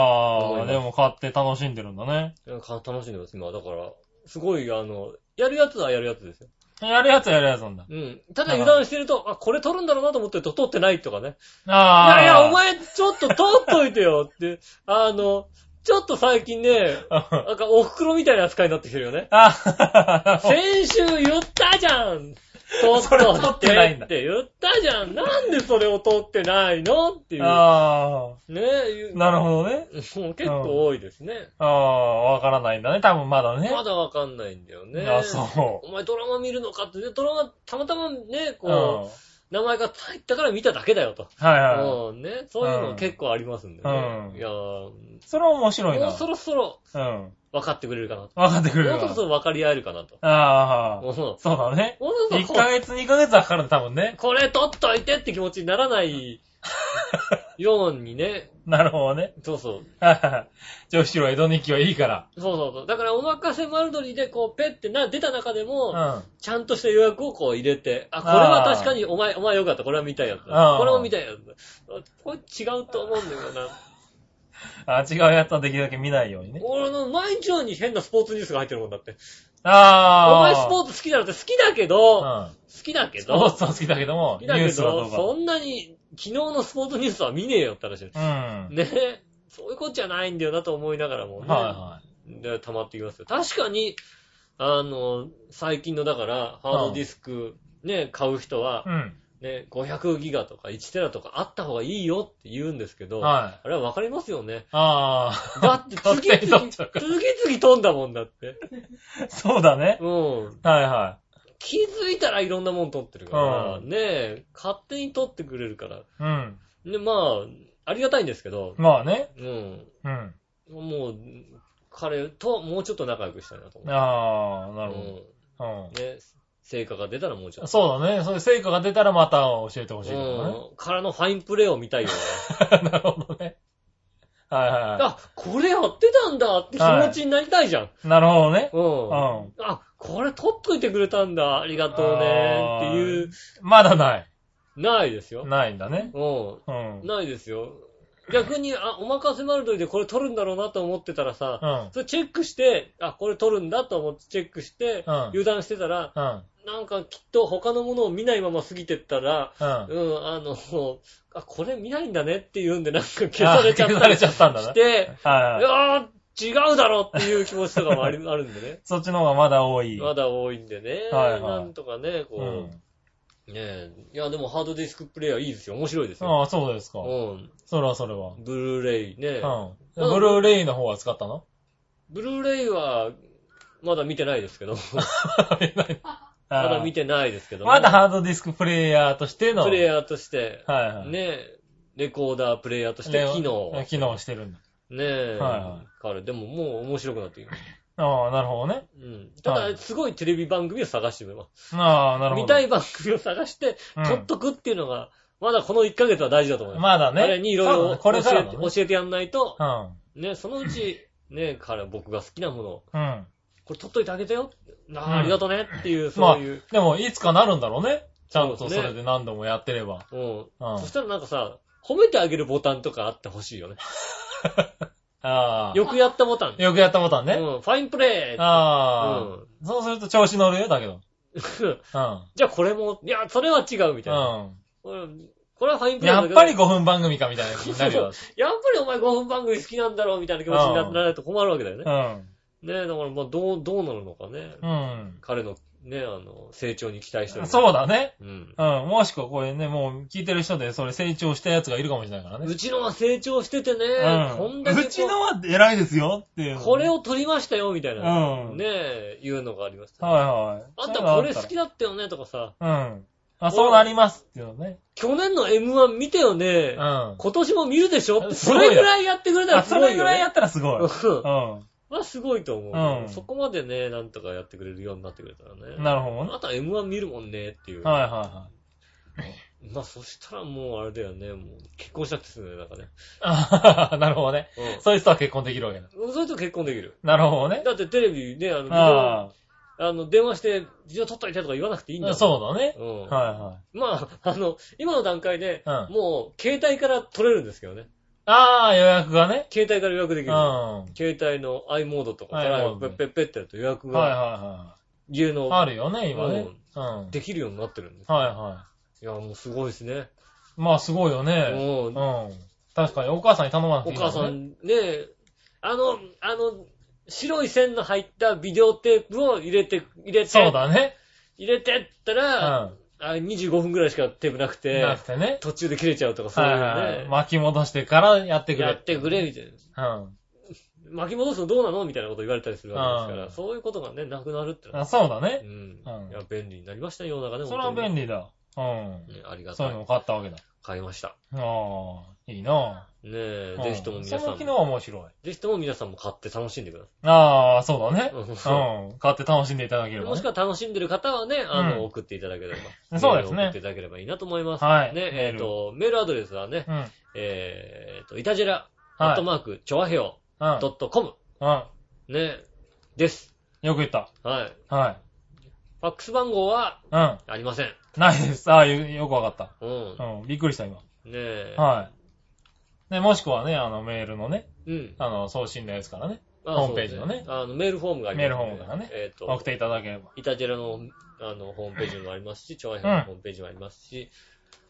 Speaker 2: ま
Speaker 3: あ、
Speaker 2: す
Speaker 3: でも買って楽しんでるんだね。
Speaker 2: いやか楽しんでます、今。だから、すごい、あの、やるやつはやるやつですよ。
Speaker 3: やるやつはやるやつなんだ。
Speaker 2: うん。ただ油断してると、あ、これ取るんだろうなと思ってると、取ってないとかね。い
Speaker 3: ああ。
Speaker 2: やいや、お前、ちょっと取っといてよって。あの、ちょっと最近ね、
Speaker 3: [LAUGHS] あ
Speaker 2: なんかお袋みたいな扱いになってきてるよ
Speaker 3: [LAUGHS]
Speaker 2: ね。
Speaker 3: あ、
Speaker 2: [LAUGHS] 先週言ったじゃん取っ
Speaker 3: [LAUGHS] それ取
Speaker 2: と
Speaker 3: っ
Speaker 2: って
Speaker 3: てないんだ
Speaker 2: って言ったじゃんなんでそれを取ってないのっていう。
Speaker 3: あ
Speaker 2: ねえ、
Speaker 3: あ、なるほどね。
Speaker 2: もう結構多いですね。
Speaker 3: ああ、わからないんだね。多分まだね。
Speaker 2: まだわかんないんだよね。
Speaker 3: あそ
Speaker 2: お前ドラマ見るのかって、でドラマ、たまたまね、
Speaker 3: う。うん。は
Speaker 2: こう、名前が入ったから見ただけだよと。
Speaker 3: いは
Speaker 2: うん、ね。そういうの結構ありますんでね。
Speaker 3: うん
Speaker 2: いやー
Speaker 3: い。それは面白い
Speaker 2: も
Speaker 3: な。
Speaker 2: うそろそろ
Speaker 3: うん。
Speaker 2: 分かってくれるかなと。
Speaker 3: わかってくれ
Speaker 2: も
Speaker 3: る
Speaker 2: うそろ
Speaker 3: か
Speaker 2: そろ分かり合えるかなと。
Speaker 3: あ
Speaker 2: もう
Speaker 3: あ、
Speaker 2: もう
Speaker 3: そうだね。
Speaker 2: そろ
Speaker 3: 1
Speaker 2: そ
Speaker 3: ヶ
Speaker 2: ろ、
Speaker 3: 月、2ヶ月はかかるんだ、多分ね。
Speaker 2: これ取っといてって気持ちにならないようにね。
Speaker 3: なるほどね。 [LAUGHS]
Speaker 2: そうそう。
Speaker 3: はいはいはい女子は江戸日記はいいから。
Speaker 2: そうそうそう。だからお任せ丸取りでこう、ペってな、出た中でも、
Speaker 3: うん。
Speaker 2: ちゃんとした予約をこう入れて、あ、これは確かに、お前、お前よかった、これは見たいやつだ。
Speaker 3: あー
Speaker 2: これも見たいやつだ。これ違うと思うんだよな。
Speaker 3: あ違うやつはできるだけ見ないようにね。
Speaker 2: 俺の毎日のように変なスポーツニュースが入ってるもんだって。
Speaker 3: ああ。
Speaker 2: お前スポーツ好きだろって好きだけど、好
Speaker 3: うん。
Speaker 2: きだけ
Speaker 3: スポー
Speaker 2: ど、好
Speaker 3: ツは好きだけども、
Speaker 2: き
Speaker 3: ニ
Speaker 2: だ
Speaker 3: ュ
Speaker 2: け
Speaker 3: ースはど
Speaker 2: ど、
Speaker 3: う
Speaker 2: そ
Speaker 3: か。
Speaker 2: んなに昨日のスポーツニュースは見ねえよって話だよ。
Speaker 3: うん。
Speaker 2: ねえ、そういうことじゃないんだよなと思いながらもね、
Speaker 3: は、
Speaker 2: で溜まってきますよ。確かに、あの、最近のだから、ハードディスク、ね、買う人はい
Speaker 3: はい。
Speaker 2: ね、500ギガとか1テラとかあった方がいいよって言うんですけ
Speaker 3: う
Speaker 2: ど、
Speaker 3: ん。はい。
Speaker 2: あれはわかりますよ
Speaker 3: [LAUGHS]
Speaker 2: ね。
Speaker 3: あ
Speaker 2: だって
Speaker 3: 勝
Speaker 2: 次
Speaker 3: 手に撮
Speaker 2: 々、次
Speaker 3: っちゃうから
Speaker 2: 々飛んだもんだって。
Speaker 3: あ、 [LAUGHS] そうだね。
Speaker 2: うん。
Speaker 3: はいは
Speaker 2: 気づいたらいろんなもん撮ってるから、
Speaker 3: う
Speaker 2: ねえ、勝手に撮ってくれるから。
Speaker 3: い。うん。
Speaker 2: で、まあ、ありがたいんですけど、
Speaker 3: まあね。
Speaker 2: うん。
Speaker 3: うん。
Speaker 2: もう、彼ともうちょっと仲良くしたいなと思
Speaker 3: ああ、なる
Speaker 2: う。
Speaker 3: ほ
Speaker 2: う
Speaker 3: ど。
Speaker 2: ん。ね、成果が出たらもうち
Speaker 3: う
Speaker 2: ょ
Speaker 3: ん。
Speaker 2: っと。
Speaker 3: そうだね。そういう成果が出たらまた教えてほしいけどね。
Speaker 2: うん。からのファインプレーを見たいよね。
Speaker 3: なるほどね。はいはいは
Speaker 2: あ、これやってたんだって気持ちになりたいじゃん。
Speaker 3: い。なるほどね。
Speaker 2: うん。
Speaker 3: うん。
Speaker 2: あ、これ取っといてくれたんだ。ありがとうね。っていう、
Speaker 3: まだない。
Speaker 2: ないですよ。
Speaker 3: ないんだね。
Speaker 2: う
Speaker 3: うん。うん
Speaker 2: ん。。ないですよ。逆に、あ、お任せ丸取りでこれ取るんだろうなと思ってたらさ、
Speaker 3: うん。
Speaker 2: それチェックして、あ、これ取るんだと思ってチェックして、
Speaker 3: うん
Speaker 2: 油断してたら、
Speaker 3: うん。
Speaker 2: なんかきっと他のものを見ないまま過ぎてったら、
Speaker 3: うん。
Speaker 2: うん、あの、あ、これ見ないんだねっていうんでなんか消されちゃったり
Speaker 3: ちゃったんだ
Speaker 2: し
Speaker 3: な。
Speaker 2: て、い
Speaker 3: はいはい。
Speaker 2: やー、違うだろっていう気持ちとかもありあるんでね。
Speaker 3: そっちの方がまだ多い。
Speaker 2: まだ多いんでね。
Speaker 3: はいはい
Speaker 2: なんとかね、こ
Speaker 3: う
Speaker 2: う、
Speaker 3: ん。
Speaker 2: ねえ。いや、でもハードディスクプレイヤーいいですよ。面白いですよ。
Speaker 3: ああ、そうですか
Speaker 2: う。ん。
Speaker 3: それはそれは。
Speaker 2: ブルーレイね。
Speaker 3: うん。ブルーレイの方は使ったの
Speaker 2: ブルーレイは、まだ見てないですけど。まだ見てないですけど。
Speaker 3: まだハードディスクプレイヤーとしての。
Speaker 2: プレイ
Speaker 3: イ
Speaker 2: ヤーとして、
Speaker 3: はいはい。
Speaker 2: ねえ、レコーダープレイヤーとして
Speaker 3: レオ
Speaker 2: 機能。
Speaker 3: 機能してるんだ。
Speaker 2: ねえ、
Speaker 3: はいはい
Speaker 2: から、でももう面白くなってきます。
Speaker 3: ああ、なるほどね。
Speaker 2: うん。た
Speaker 3: は
Speaker 2: だ、
Speaker 3: い
Speaker 2: すごいテレビ番組を探してみます。
Speaker 3: ああ、なるほど。
Speaker 2: 見たい番組を探して、
Speaker 3: うん
Speaker 2: 取っとくっていうのが、まだこの1ヶ月は大事だと思います。
Speaker 3: まだね。
Speaker 2: 彼にいろいろ教
Speaker 3: こ
Speaker 2: え
Speaker 3: れ
Speaker 2: て
Speaker 3: からだね
Speaker 2: 教えてやんないと、
Speaker 3: うん。
Speaker 2: ね、そのうち、ね、彼、僕が好きなものを、
Speaker 3: うん。
Speaker 2: これ取っといてあげてよ。な
Speaker 3: うん
Speaker 2: あ、ありがとうねっていう、
Speaker 3: ま
Speaker 2: そ
Speaker 3: あ
Speaker 2: ういう。、
Speaker 3: でも、いつかなるんだろうね。ちゃん
Speaker 2: そう
Speaker 3: と
Speaker 2: です
Speaker 3: そ
Speaker 2: ね
Speaker 3: れで何度もやってれば。
Speaker 2: うん。
Speaker 3: うん。あ
Speaker 2: そしたらなんかさ、褒めてあげるボタンとかあってほしいよね。
Speaker 3: あ。
Speaker 2: よくやったボタン。
Speaker 3: よくやったボタン
Speaker 2: う
Speaker 3: ね。
Speaker 2: ん。ファインプレー
Speaker 3: ああ。そうすると調子乗るよ、だ
Speaker 2: [LAUGHS]
Speaker 3: けど。うん。
Speaker 2: じゃあこれも、いや、それは違うみたいな。
Speaker 3: うん。
Speaker 2: うん。これはファインプレー
Speaker 3: や
Speaker 2: だ
Speaker 3: っ
Speaker 2: けど
Speaker 3: ぱり5分番組かみたいな気になるよ。
Speaker 2: やっぱりお前5分番組好きなんだろうみたいな気持ちにな
Speaker 3: うん
Speaker 2: ならないと困るわけだよね
Speaker 3: う。ん。
Speaker 2: ねえ、だからまあどう、どうなるのかね。
Speaker 3: うん。
Speaker 2: 彼のね、あの、成長に期待してる。
Speaker 3: そうだね。
Speaker 2: うん。
Speaker 3: うん。もしくはこれね、もう聞いてる人でそれ成長したやつがいるかもしれないからね。
Speaker 2: うちのは成長しててね、こんだけこう
Speaker 3: う。
Speaker 2: ん
Speaker 3: うちのは偉いですよっていう。
Speaker 2: これを取りましたよ、みたいうな。
Speaker 3: ん。
Speaker 2: ねえ、いうのがありました。
Speaker 3: はいはい。
Speaker 2: あんたこれ好きだったよね、とかさ、
Speaker 3: うん。あ、そうなりますっていうのね。
Speaker 2: 去年の M1 見てよ
Speaker 3: う
Speaker 2: ね
Speaker 3: ん。、あ、
Speaker 2: 今年も見るでしょって
Speaker 3: す
Speaker 2: そ
Speaker 3: ごいよ
Speaker 2: れぐらいやってくれたらす
Speaker 3: そ
Speaker 2: ご
Speaker 3: れ
Speaker 2: い
Speaker 3: ぐ
Speaker 2: よ
Speaker 3: らいや
Speaker 2: ね。
Speaker 3: ったらすごい。う
Speaker 2: うん
Speaker 3: ん。
Speaker 2: まあすごいと思う、
Speaker 3: うん
Speaker 2: そこまでね、なんとかやってくれるようになってくれたらね。
Speaker 3: なるほどね
Speaker 2: あ。とは M1 見るもんね、っていう。
Speaker 3: はいはいはい。
Speaker 2: まあそしたらもうあれだよね、もう結婚したくてするね、なんかね。
Speaker 3: ああ、なるほどね。
Speaker 2: うん
Speaker 3: そういう人は結婚できるわけだ。
Speaker 2: それと結婚できる。
Speaker 3: なるほどね。
Speaker 2: だってテレビね、あの、
Speaker 3: あ
Speaker 2: あの、電話して、事情取っといてとか言わなくていいんだよ。
Speaker 3: そうだね。
Speaker 2: うん。
Speaker 3: はいはい。
Speaker 2: まあ、あの、今の段階で、
Speaker 3: うん
Speaker 2: もう、携帯から取れるんですけどね。
Speaker 3: ああ、予約がね。
Speaker 2: 携帯から予約でき
Speaker 3: うん。
Speaker 2: る。
Speaker 3: は
Speaker 2: 携帯の i モードとかか
Speaker 3: i
Speaker 2: ら、
Speaker 3: モー
Speaker 2: ペ
Speaker 3: ド
Speaker 2: ッ
Speaker 3: ね
Speaker 2: ペッペッってやると予約
Speaker 3: いはい
Speaker 2: が、
Speaker 3: は
Speaker 2: 家
Speaker 3: い。
Speaker 2: の、
Speaker 3: あるよね、今ね。うん。はい
Speaker 2: できるようになってるんです。
Speaker 3: はい
Speaker 2: や、もうすごいですね。
Speaker 3: い。まあ、すごいよね。
Speaker 2: も
Speaker 3: う。
Speaker 2: うん
Speaker 3: 確かに、お母さんに頼まなくて
Speaker 2: お
Speaker 3: いいから
Speaker 2: 母
Speaker 3: ね。
Speaker 2: さんね、あの、あの、白い線の入ったビデオテープを入れて、入れて、
Speaker 3: そうだね。
Speaker 2: 入れてった
Speaker 3: う
Speaker 2: ら、
Speaker 3: ん。
Speaker 2: あ25分くらいしかテープなくて、
Speaker 3: なくてね。
Speaker 2: 途中で切れちゃうとかそうい
Speaker 3: は
Speaker 2: う
Speaker 3: い
Speaker 2: の
Speaker 3: はい
Speaker 2: ね、
Speaker 3: はい。巻き戻してからやってく
Speaker 2: や
Speaker 3: れ
Speaker 2: っ。てくれ、みたいな。
Speaker 3: うん。
Speaker 2: 巻き戻すのどうなのみたいなこと言われたりするわけですか
Speaker 3: う
Speaker 2: ら、
Speaker 3: ん
Speaker 2: そういうことがね、なくなるってのは。
Speaker 3: あそうだ
Speaker 2: う
Speaker 3: ね。
Speaker 2: ん。
Speaker 3: うん
Speaker 2: いや、便利になりましたね、世の中ね。
Speaker 3: それは便
Speaker 2: 利。
Speaker 3: 利だ。うん。
Speaker 2: ねありが
Speaker 3: そう
Speaker 2: た
Speaker 3: いうの
Speaker 2: い。
Speaker 3: を買ったわけだ。
Speaker 2: 買いました。
Speaker 3: ああ、いいな
Speaker 2: ねえ
Speaker 3: ぁ、
Speaker 2: ぜひとも皆
Speaker 3: そ
Speaker 2: さ
Speaker 3: の
Speaker 2: ん
Speaker 3: 機
Speaker 2: も、
Speaker 3: 能は面白い。
Speaker 2: ぜひとも皆さんも買って楽しんでくださ
Speaker 3: ああ、そうだね。
Speaker 2: うん
Speaker 3: うん。買って楽しんでいただければ、ね。
Speaker 2: もしくは楽しんでる方はね、あの、
Speaker 3: うん
Speaker 2: 送っていただければ。
Speaker 3: そうですね
Speaker 2: メールを送っていただければいいなと思います。
Speaker 3: はい
Speaker 2: ね、
Speaker 3: メール
Speaker 2: えっ、と、メールアドレスはね、
Speaker 3: うん。
Speaker 2: えっ、と、いたじら、アッ
Speaker 3: はい。
Speaker 2: トマーク、ちょわへよ、ドットコム、
Speaker 3: うん。うん。
Speaker 2: ね、です。
Speaker 3: よく言った。
Speaker 2: はい。
Speaker 3: はい。
Speaker 2: ファックス番号は
Speaker 3: うん。
Speaker 2: ありません。
Speaker 3: ないです。ああ、よよくわかっ
Speaker 2: うん
Speaker 3: た。。うん。びっくりした、今。
Speaker 2: ねえ。
Speaker 3: はい。ね、もしくはね、あの、メールのね、
Speaker 2: うん。
Speaker 3: あの、送信のやつからね、
Speaker 2: あ
Speaker 3: ホームページの
Speaker 2: そ
Speaker 3: ね
Speaker 2: うですあの、メールフォームがあります、
Speaker 3: メールフォームからね
Speaker 2: えっ、
Speaker 3: 送っ
Speaker 2: と、
Speaker 3: ていただければ。
Speaker 2: イタジェラの、あの、ホームページにもありますし、チョアヘのホームページもありますし、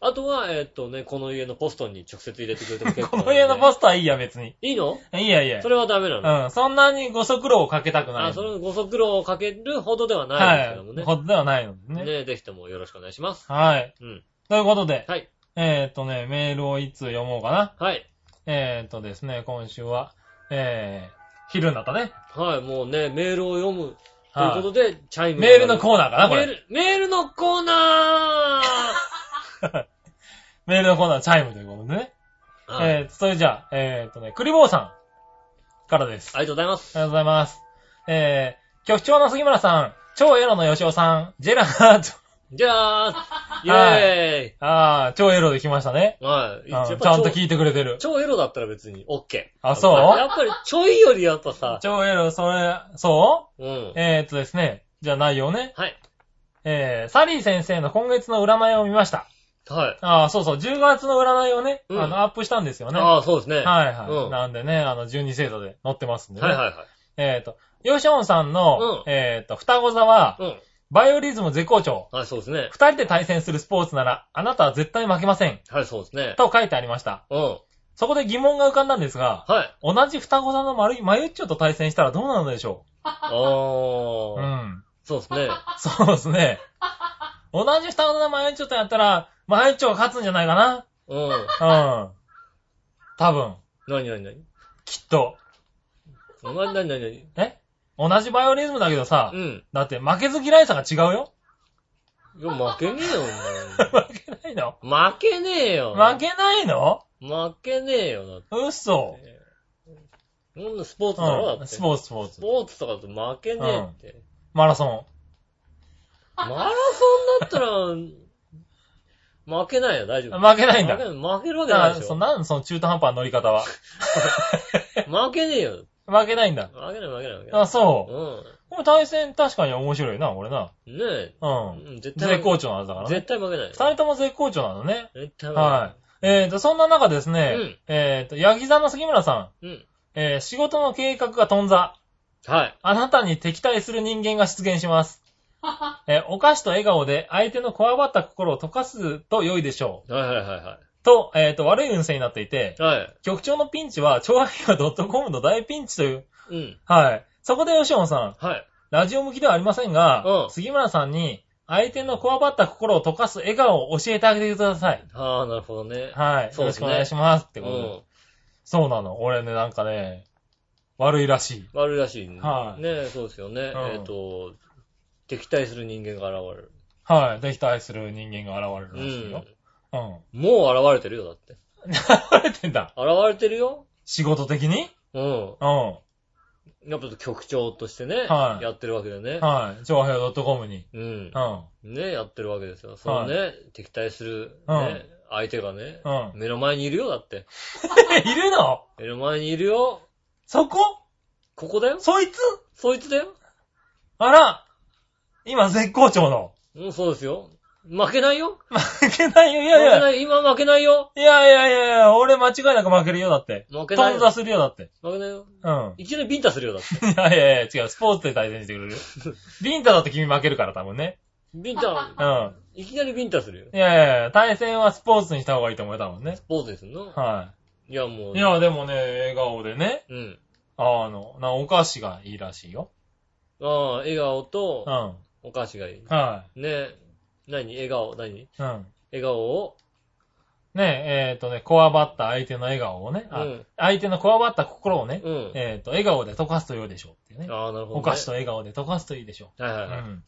Speaker 2: あとは、えっ、とね、この家のポストに直接入れてくれても結構
Speaker 3: こ
Speaker 2: なん
Speaker 3: の
Speaker 2: で。
Speaker 3: 家のポスターいいや、別に。
Speaker 2: いいの
Speaker 3: いいや、いいや
Speaker 2: そ。れはダメなの
Speaker 3: うん。そんなにご足労をかけたくない。
Speaker 2: あ、そのご足労をかけるほどではないですけども
Speaker 3: は
Speaker 2: ね。
Speaker 3: い。ことではないので
Speaker 2: ね
Speaker 3: ね。
Speaker 2: ぜひともよろしくお願いします。
Speaker 3: はい。
Speaker 2: うん。
Speaker 3: ということで、
Speaker 2: はい。
Speaker 3: えーっとね、メールをいつ読もうかな。
Speaker 2: はい。
Speaker 3: えーっとですね、今週は、えー、昼になったね。
Speaker 2: はい、もうね、メールを読むと
Speaker 3: はい
Speaker 2: いうことで、チャイムが
Speaker 3: メールのコーナーかな、こ
Speaker 2: メー
Speaker 3: れ。
Speaker 2: ル、メールのコーナ
Speaker 3: メールのコーナー、チャイムということでね。
Speaker 2: ーはい
Speaker 3: えー、それじゃあ、えーっとね、クリボーさんからです。
Speaker 2: ありがとうございます。
Speaker 3: ありがとうございます。えー、局長の杉村さん、超エロの吉尾さん、ジェラート。
Speaker 2: じゃあ、イェーイ
Speaker 3: [LAUGHS] あー、超エロできましたね。
Speaker 2: はい。
Speaker 3: うん
Speaker 2: やっ
Speaker 3: ちゃ
Speaker 2: ぱ
Speaker 3: ん
Speaker 2: 超
Speaker 3: と聞いてくれてる。
Speaker 2: 超エロだったら別に OK。
Speaker 3: あそう
Speaker 2: やっぱりちょいよりやっぱさ、
Speaker 3: 超エロ、それ、そう
Speaker 2: うん。
Speaker 3: えー、っとですね、じゃあ内容ね。
Speaker 2: はい。
Speaker 3: えー、サリー先生の今月の占いを見ました。
Speaker 2: はい。
Speaker 3: ああ、そうそう、10月の占いをね、
Speaker 2: うん
Speaker 3: あの、アップしたんですよね。は
Speaker 2: ああ、そうですね。
Speaker 3: いはい。
Speaker 2: うん
Speaker 3: なんでね、あの、12星座で載ってますんでね。
Speaker 2: はいはいは
Speaker 3: えっ、と、ヨシオンさん
Speaker 2: う
Speaker 3: の、
Speaker 2: ん。、
Speaker 3: えっ、と、双子座はい
Speaker 2: うん。
Speaker 3: バイオリズム絶好調。
Speaker 2: はい、そうですね。
Speaker 3: 二人で対戦するスポーツなら、あなたは絶対負けません。
Speaker 2: はい、そうですね。
Speaker 3: と書いてありました。
Speaker 2: うん。
Speaker 3: そこで疑問が浮かんだんですが、
Speaker 2: はい。
Speaker 3: 同じ双子座のマルマユッチョと対戦したらどうなるのでしょ
Speaker 2: あ
Speaker 3: う
Speaker 2: ー。
Speaker 3: うん。
Speaker 2: そうですね。
Speaker 3: そうですね。同じ双子座のマユッチョとやったら、マユッチョが勝つんじゃないかな
Speaker 2: うん。
Speaker 3: うん。多分、
Speaker 2: なになになに
Speaker 3: きっと。
Speaker 2: なになになに
Speaker 3: え同じバイオリズムだけどさ、
Speaker 2: うん。
Speaker 3: だって負けず嫌いさが違うよ。
Speaker 2: いや、負けねえよ、
Speaker 3: 負けないの
Speaker 2: お前。負けねえよ。
Speaker 3: 負けないの
Speaker 2: 負けねえよ、だっ
Speaker 3: 嘘。
Speaker 2: て。そんなスポーツだろ、だっ
Speaker 3: う
Speaker 2: て。
Speaker 3: ん、ス
Speaker 2: スポー
Speaker 3: ポーツ、スポー
Speaker 2: ツ。
Speaker 3: ツ。
Speaker 2: とかだと負けねえって。
Speaker 3: マラソン。
Speaker 2: マラソンだったら、負けないよ、大丈夫。
Speaker 3: 負けないんだ。
Speaker 2: 負け負けるわけ
Speaker 3: だか
Speaker 2: ない
Speaker 3: ら、
Speaker 2: でし
Speaker 3: そ
Speaker 2: ょ
Speaker 3: ん。なん、その中途半端な乗り方は。 [LAUGHS]
Speaker 2: 負けねえよ。
Speaker 3: 負けないんだ。
Speaker 2: 負けない、負けない、負けない。
Speaker 3: あ、そう。
Speaker 2: う
Speaker 3: これ対戦確かに面白いな、俺な。
Speaker 2: ん。ねえ。
Speaker 3: うん。
Speaker 2: うん絶対
Speaker 3: 絶好調なんだからね。
Speaker 2: 絶対負けない。
Speaker 3: 二人とも絶好調なのね。
Speaker 2: 絶対負けな
Speaker 3: はい。えーと、そんな中ですね、
Speaker 2: うん
Speaker 3: えーと、ヤギ座の杉村さ
Speaker 2: い。うん。
Speaker 3: ん、えー仕事の計画が頓挫。
Speaker 2: はい。
Speaker 3: あなたに敵対する人間が出現します。えーお菓子と笑顔で相手のこわばった心を溶かすと良いでしょ
Speaker 2: はいはいは
Speaker 3: う。と、えーと、悪い運勢になっていて
Speaker 2: い、はい。はい。
Speaker 3: 局長のピンチは、超愛が .com の大ピンチという。
Speaker 2: うん。
Speaker 3: はい。そこで吉本さん、
Speaker 2: はい。
Speaker 3: ラジオ向きではありませんが、
Speaker 2: うん
Speaker 3: 杉村さんに、相手のこわばった心を溶かす笑顔を教えてあげてください。
Speaker 2: ああ、なるほどね。
Speaker 3: はい。
Speaker 2: そ
Speaker 3: よ
Speaker 2: うで
Speaker 3: ろし
Speaker 2: す
Speaker 3: く
Speaker 2: ね
Speaker 3: お願いします。っ
Speaker 2: う
Speaker 3: てことで
Speaker 2: ん。
Speaker 3: そうなの。俺ね、なんかね、悪いらしい。
Speaker 2: 悪いらしいね。
Speaker 3: はい
Speaker 2: ねえ、そうですよね。
Speaker 3: ん
Speaker 2: えっと、敵対する人間が現れる。
Speaker 3: はい。で、人愛する人間が現
Speaker 2: う
Speaker 3: れるらしいよ
Speaker 2: ん。。
Speaker 3: うん。
Speaker 2: もう現れてるよ、だって。
Speaker 3: 現れてんだ。
Speaker 2: 現れてるよ。
Speaker 3: 仕事的に
Speaker 2: うん。
Speaker 3: うん。
Speaker 2: やっぱ局長としてね、
Speaker 3: はい
Speaker 2: やってるわけでね。
Speaker 3: はい。超愛 .com に。
Speaker 2: うん
Speaker 3: う。ん。
Speaker 2: ねえ、やってるわけですよ。そのね、敵対する、
Speaker 3: うん
Speaker 2: ね、相手がね、
Speaker 3: うん。 [LAUGHS]
Speaker 2: 目の前にいるよ、だって。
Speaker 3: いるの
Speaker 2: 目の前にいるよ。
Speaker 3: そこ
Speaker 2: ここだよ。
Speaker 3: そいつ
Speaker 2: そいつだよ。
Speaker 3: あら今絶好調の。 [LAUGHS]
Speaker 2: うん、そうですよ。負けないよ
Speaker 3: 負けないよ、い
Speaker 2: 負
Speaker 3: やい
Speaker 2: けな
Speaker 3: や。
Speaker 2: い、今負けないよ
Speaker 3: いやいやいやいや、俺間違いなく負けるよ、だって。
Speaker 2: 負けない
Speaker 3: 頓
Speaker 2: よ。
Speaker 3: 挫するよ、だって。
Speaker 2: 負けないよ。
Speaker 3: うん。
Speaker 2: 一度ビンタするよ、だって。
Speaker 3: [LAUGHS] いやいやいや、違う、スポーツで対戦してく [LAUGHS] れる。ビンタだって君負けるから、多分ね。
Speaker 2: ビンタ
Speaker 3: う、ん。
Speaker 2: いきなりビンタするよ。
Speaker 3: いやいやいや、対戦はスポーツにした方がいいと思うよ、多分ね
Speaker 2: ス。ポーツですの
Speaker 3: はい
Speaker 2: や、もう。
Speaker 3: い。いや、でもね、笑顔でね、
Speaker 2: うん。
Speaker 3: あの、な、お菓子がいいらしいよ。
Speaker 2: ああ、笑顔
Speaker 3: う
Speaker 2: と、
Speaker 3: ん。
Speaker 2: お菓子がいい。ね
Speaker 3: は
Speaker 2: え。何笑顔、何
Speaker 3: い。うん。
Speaker 2: 笑顔を、
Speaker 3: ねえ、えっ、とね、こわばった相手の笑顔をね、あ
Speaker 2: うん
Speaker 3: 相手のこわばった心をね、
Speaker 2: うん。
Speaker 3: えっ、と、笑顔で溶かすと良いでしょうっていうね。
Speaker 2: ああ、なるほど、ね。
Speaker 3: お菓子と笑顔で溶かすといいでしょ
Speaker 2: はいはい
Speaker 3: う。
Speaker 2: うはい。
Speaker 3: ん。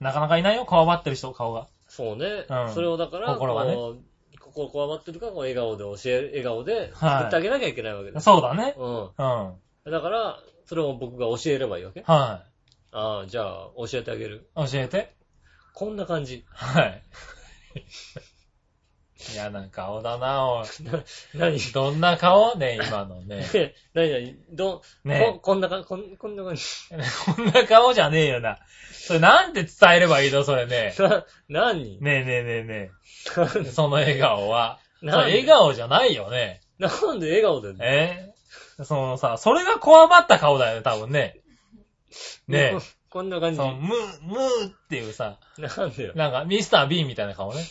Speaker 3: なかなかいないよ、こわばってる人、顔が。
Speaker 2: そうね、
Speaker 3: うん
Speaker 2: それをだから、
Speaker 3: 心がね
Speaker 2: こう、心こわばってるから、こう笑顔で教える、笑顔で、
Speaker 3: はい
Speaker 2: 作ってあげなきゃいけないわけです。
Speaker 3: そうだね。
Speaker 2: う
Speaker 3: うん。は
Speaker 2: ん。だから、それを僕が教えればいいわけ
Speaker 3: い。
Speaker 2: ああ、じゃあ、教えてあげる。
Speaker 3: 教えて。
Speaker 2: こんな感
Speaker 3: [LAUGHS]
Speaker 2: じ。
Speaker 3: はい。嫌な顔だな、おい。
Speaker 2: 何
Speaker 3: どんな顔ね、今のね。
Speaker 2: [LAUGHS] 何何ど、こ
Speaker 3: ね
Speaker 2: こんな感じ、こんこんな感じ。
Speaker 3: こんな顔じゃねえよな。それなんて伝えればいいの、それね。
Speaker 2: な、何 [LAUGHS]
Speaker 3: ねえねえねえねえ。その笑顔は。それ
Speaker 2: なんで
Speaker 3: 笑顔じゃないよね。
Speaker 2: なんで笑顔で
Speaker 3: えそのさ、それがこわばった顔だよね、多分ね。ね
Speaker 2: ここんな感
Speaker 3: え。
Speaker 2: じ。
Speaker 3: その、
Speaker 2: な
Speaker 3: む、むーっていうさ、
Speaker 2: んだよ。
Speaker 3: なんか、ミスター・ビーンみたいな
Speaker 2: [LAUGHS]
Speaker 3: 顔ね。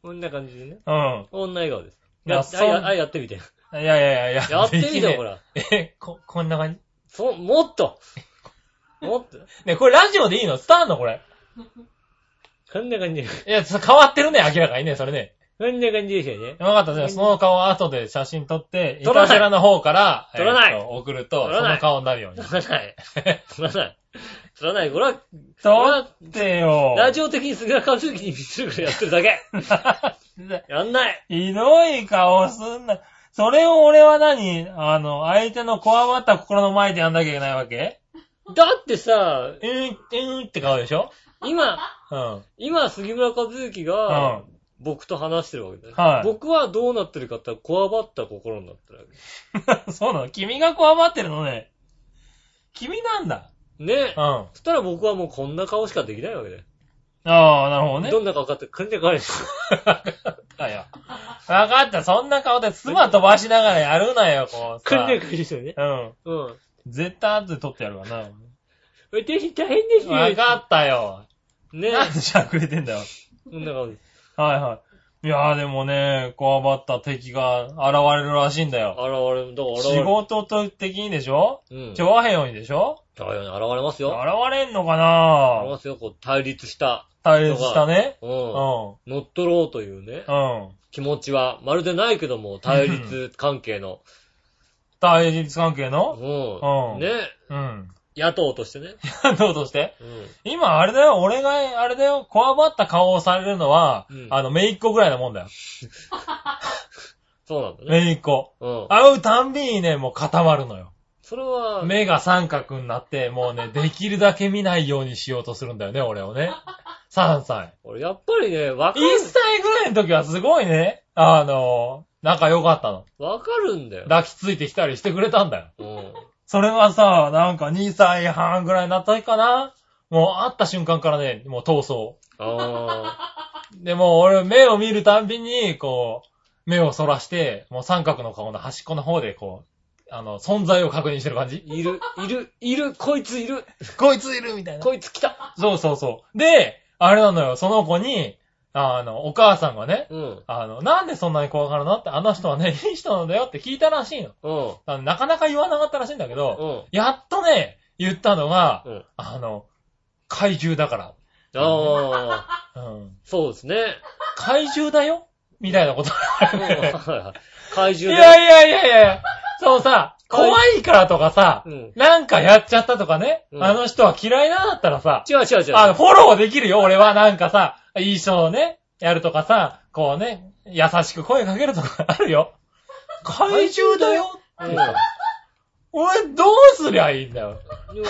Speaker 2: こんな感じでね。
Speaker 3: うん。
Speaker 2: こんな笑顔です。
Speaker 3: いや
Speaker 2: や
Speaker 3: そう
Speaker 2: やあ、やってみて。
Speaker 3: いやいやいやいや。
Speaker 2: やってみ
Speaker 3: できね
Speaker 2: て、
Speaker 3: え
Speaker 2: ほら。
Speaker 3: え、こ、こんな感じ
Speaker 2: そう、もっともっと
Speaker 3: ね、これラジオでいいの伝わんのこれ。
Speaker 2: こんな感じ。
Speaker 3: いや、変わってるね、明らかにね、それね。
Speaker 2: こんな感じですよね。
Speaker 3: わかった、じゃあ、その顔を後で写真撮って、
Speaker 2: 撮らない
Speaker 3: たずらの方から、
Speaker 2: 撮らない
Speaker 3: えーっと送ると、
Speaker 2: 撮
Speaker 3: そ
Speaker 2: らない
Speaker 3: の顔になるように。
Speaker 2: 取らない。取らない。取らない。これは、
Speaker 3: 撮ってよ。
Speaker 2: ラジオ的にすぐらかずきに見せるからやってるだけ。やんない。
Speaker 3: ひどい顔すんな。それを俺は何あの、相手のこわばった心の前でやんなきゃいけないわけ
Speaker 2: だってさ、
Speaker 3: えー、えーって顔でしょ
Speaker 2: 今、
Speaker 3: うん。 [LAUGHS]
Speaker 2: 今、杉村和之
Speaker 3: う
Speaker 2: が
Speaker 3: ん、
Speaker 2: 僕と話してるわけだよ、
Speaker 3: はい
Speaker 2: 僕はどうなってるかって言ったら、こわばった心になってるわけ。
Speaker 3: そうなの君がこわばってるのね。君なんだ。
Speaker 2: ね
Speaker 3: うん。あ
Speaker 2: そしたら僕はもうこんな顔しかできないわけだよ。
Speaker 3: あ、なるほどね。
Speaker 2: どんな顔かって、こんな顔
Speaker 3: [LAUGHS]
Speaker 2: です。
Speaker 3: わかったよ。わかった。そんな顔で妻飛ばしながらやるなよ、こう
Speaker 2: こん
Speaker 3: さ
Speaker 2: な。顔ですよね。
Speaker 3: うん。
Speaker 2: うん。
Speaker 3: 絶対後で撮ってやるわな。
Speaker 2: 私大変ですよ。
Speaker 3: わかったよ。
Speaker 2: ね
Speaker 3: なんでしゃくれてんだよ。
Speaker 2: こんな顔です。
Speaker 3: はいはい。いやーでもね、こわばった敵が現れるらしいんだ
Speaker 2: 現
Speaker 3: よ。
Speaker 2: れる、だから現れ
Speaker 3: 仕
Speaker 2: る。
Speaker 3: 事と的にでしょ
Speaker 2: うん。
Speaker 3: 調和平ようにでしょ
Speaker 2: だから現れます
Speaker 3: 現
Speaker 2: よ。
Speaker 3: れんのか
Speaker 2: 現れ
Speaker 3: な
Speaker 2: ますよ。こう、対立した。
Speaker 3: 対立したね。
Speaker 2: うん。
Speaker 3: うん。
Speaker 2: 乗っ取ろうというね、
Speaker 3: うん。
Speaker 2: 気持ちは、まるでないけども、対立関係の。
Speaker 3: 対立関係
Speaker 2: う
Speaker 3: の
Speaker 2: ん。
Speaker 3: うん
Speaker 2: ね
Speaker 3: うん。
Speaker 2: 野党としてね。
Speaker 3: [LAUGHS] どうとして
Speaker 2: うん。
Speaker 3: 今、あれだよ、俺が、あれだよ、こわばった顔をされるのは、
Speaker 2: うん
Speaker 3: あの、めいっ子ぐらいなもんだよ。
Speaker 2: そうなんだね。
Speaker 3: [LAUGHS] めいっ子。
Speaker 2: うん。
Speaker 3: 会うたんびにね、もう固まるのよ。
Speaker 2: それは、
Speaker 3: 目が三角になって、
Speaker 2: [LAUGHS]
Speaker 3: もうね、できるだけ見ないようにしようとするんだよね、俺をね。3歳。
Speaker 2: 俺やっぱりね、わかる
Speaker 3: 1、歳ぐらいの時はすごいね、あの、仲良かったの。
Speaker 2: わかるんだよ。
Speaker 3: 抱きついてきたりしてくれたんだよ。
Speaker 2: うん。
Speaker 3: それがさ、なんか2歳半ぐらいになった時かな。もう会った瞬間からね、もう闘争。
Speaker 2: あ
Speaker 3: でも俺目を見るたんびに、こう、目をそらして、もう三角の顔の端っこの方で、こう、あの、存在を確認してる感
Speaker 2: ー
Speaker 3: じ。
Speaker 2: いる、いる、いる、こいついる、
Speaker 3: こいついるみたい
Speaker 2: こいつ来た。
Speaker 3: そうそうそう。で、あれなのよ、その子に、あの、お母さんがね、
Speaker 2: うん。
Speaker 3: あの、なんでそんなに怖がるのって、あの人はね、いい人なんだよって聞いたらしいの。
Speaker 2: うん。
Speaker 3: あのなかなか言わなかったらしいんだけ
Speaker 2: う
Speaker 3: ど、
Speaker 2: ん。
Speaker 3: やっとね、言ったのが、
Speaker 2: うん。
Speaker 3: あの、怪獣だか
Speaker 2: ああ、
Speaker 3: ら。うん。
Speaker 2: そうですね。
Speaker 3: 怪獣だよみたいなこと。
Speaker 2: うんはい怪
Speaker 3: い
Speaker 2: 獣
Speaker 3: や
Speaker 2: だよ。
Speaker 3: いやいやいや、そうさ、
Speaker 2: はい
Speaker 3: [LAUGHS] 怖いからとかさ
Speaker 2: う、ん。
Speaker 3: なんかやっちゃったとかね、
Speaker 2: うん
Speaker 3: あの人は嫌いなんだったらさ、
Speaker 2: 違う違う違う。
Speaker 3: あの、フォローできるよ、俺はなんかさ、いい人をね、やるとかさ、こうね、優しく声かけるとか [LAUGHS] あるよ。怪獣だよ
Speaker 2: うん
Speaker 3: 俺どうすりゃいいんだよ。
Speaker 2: で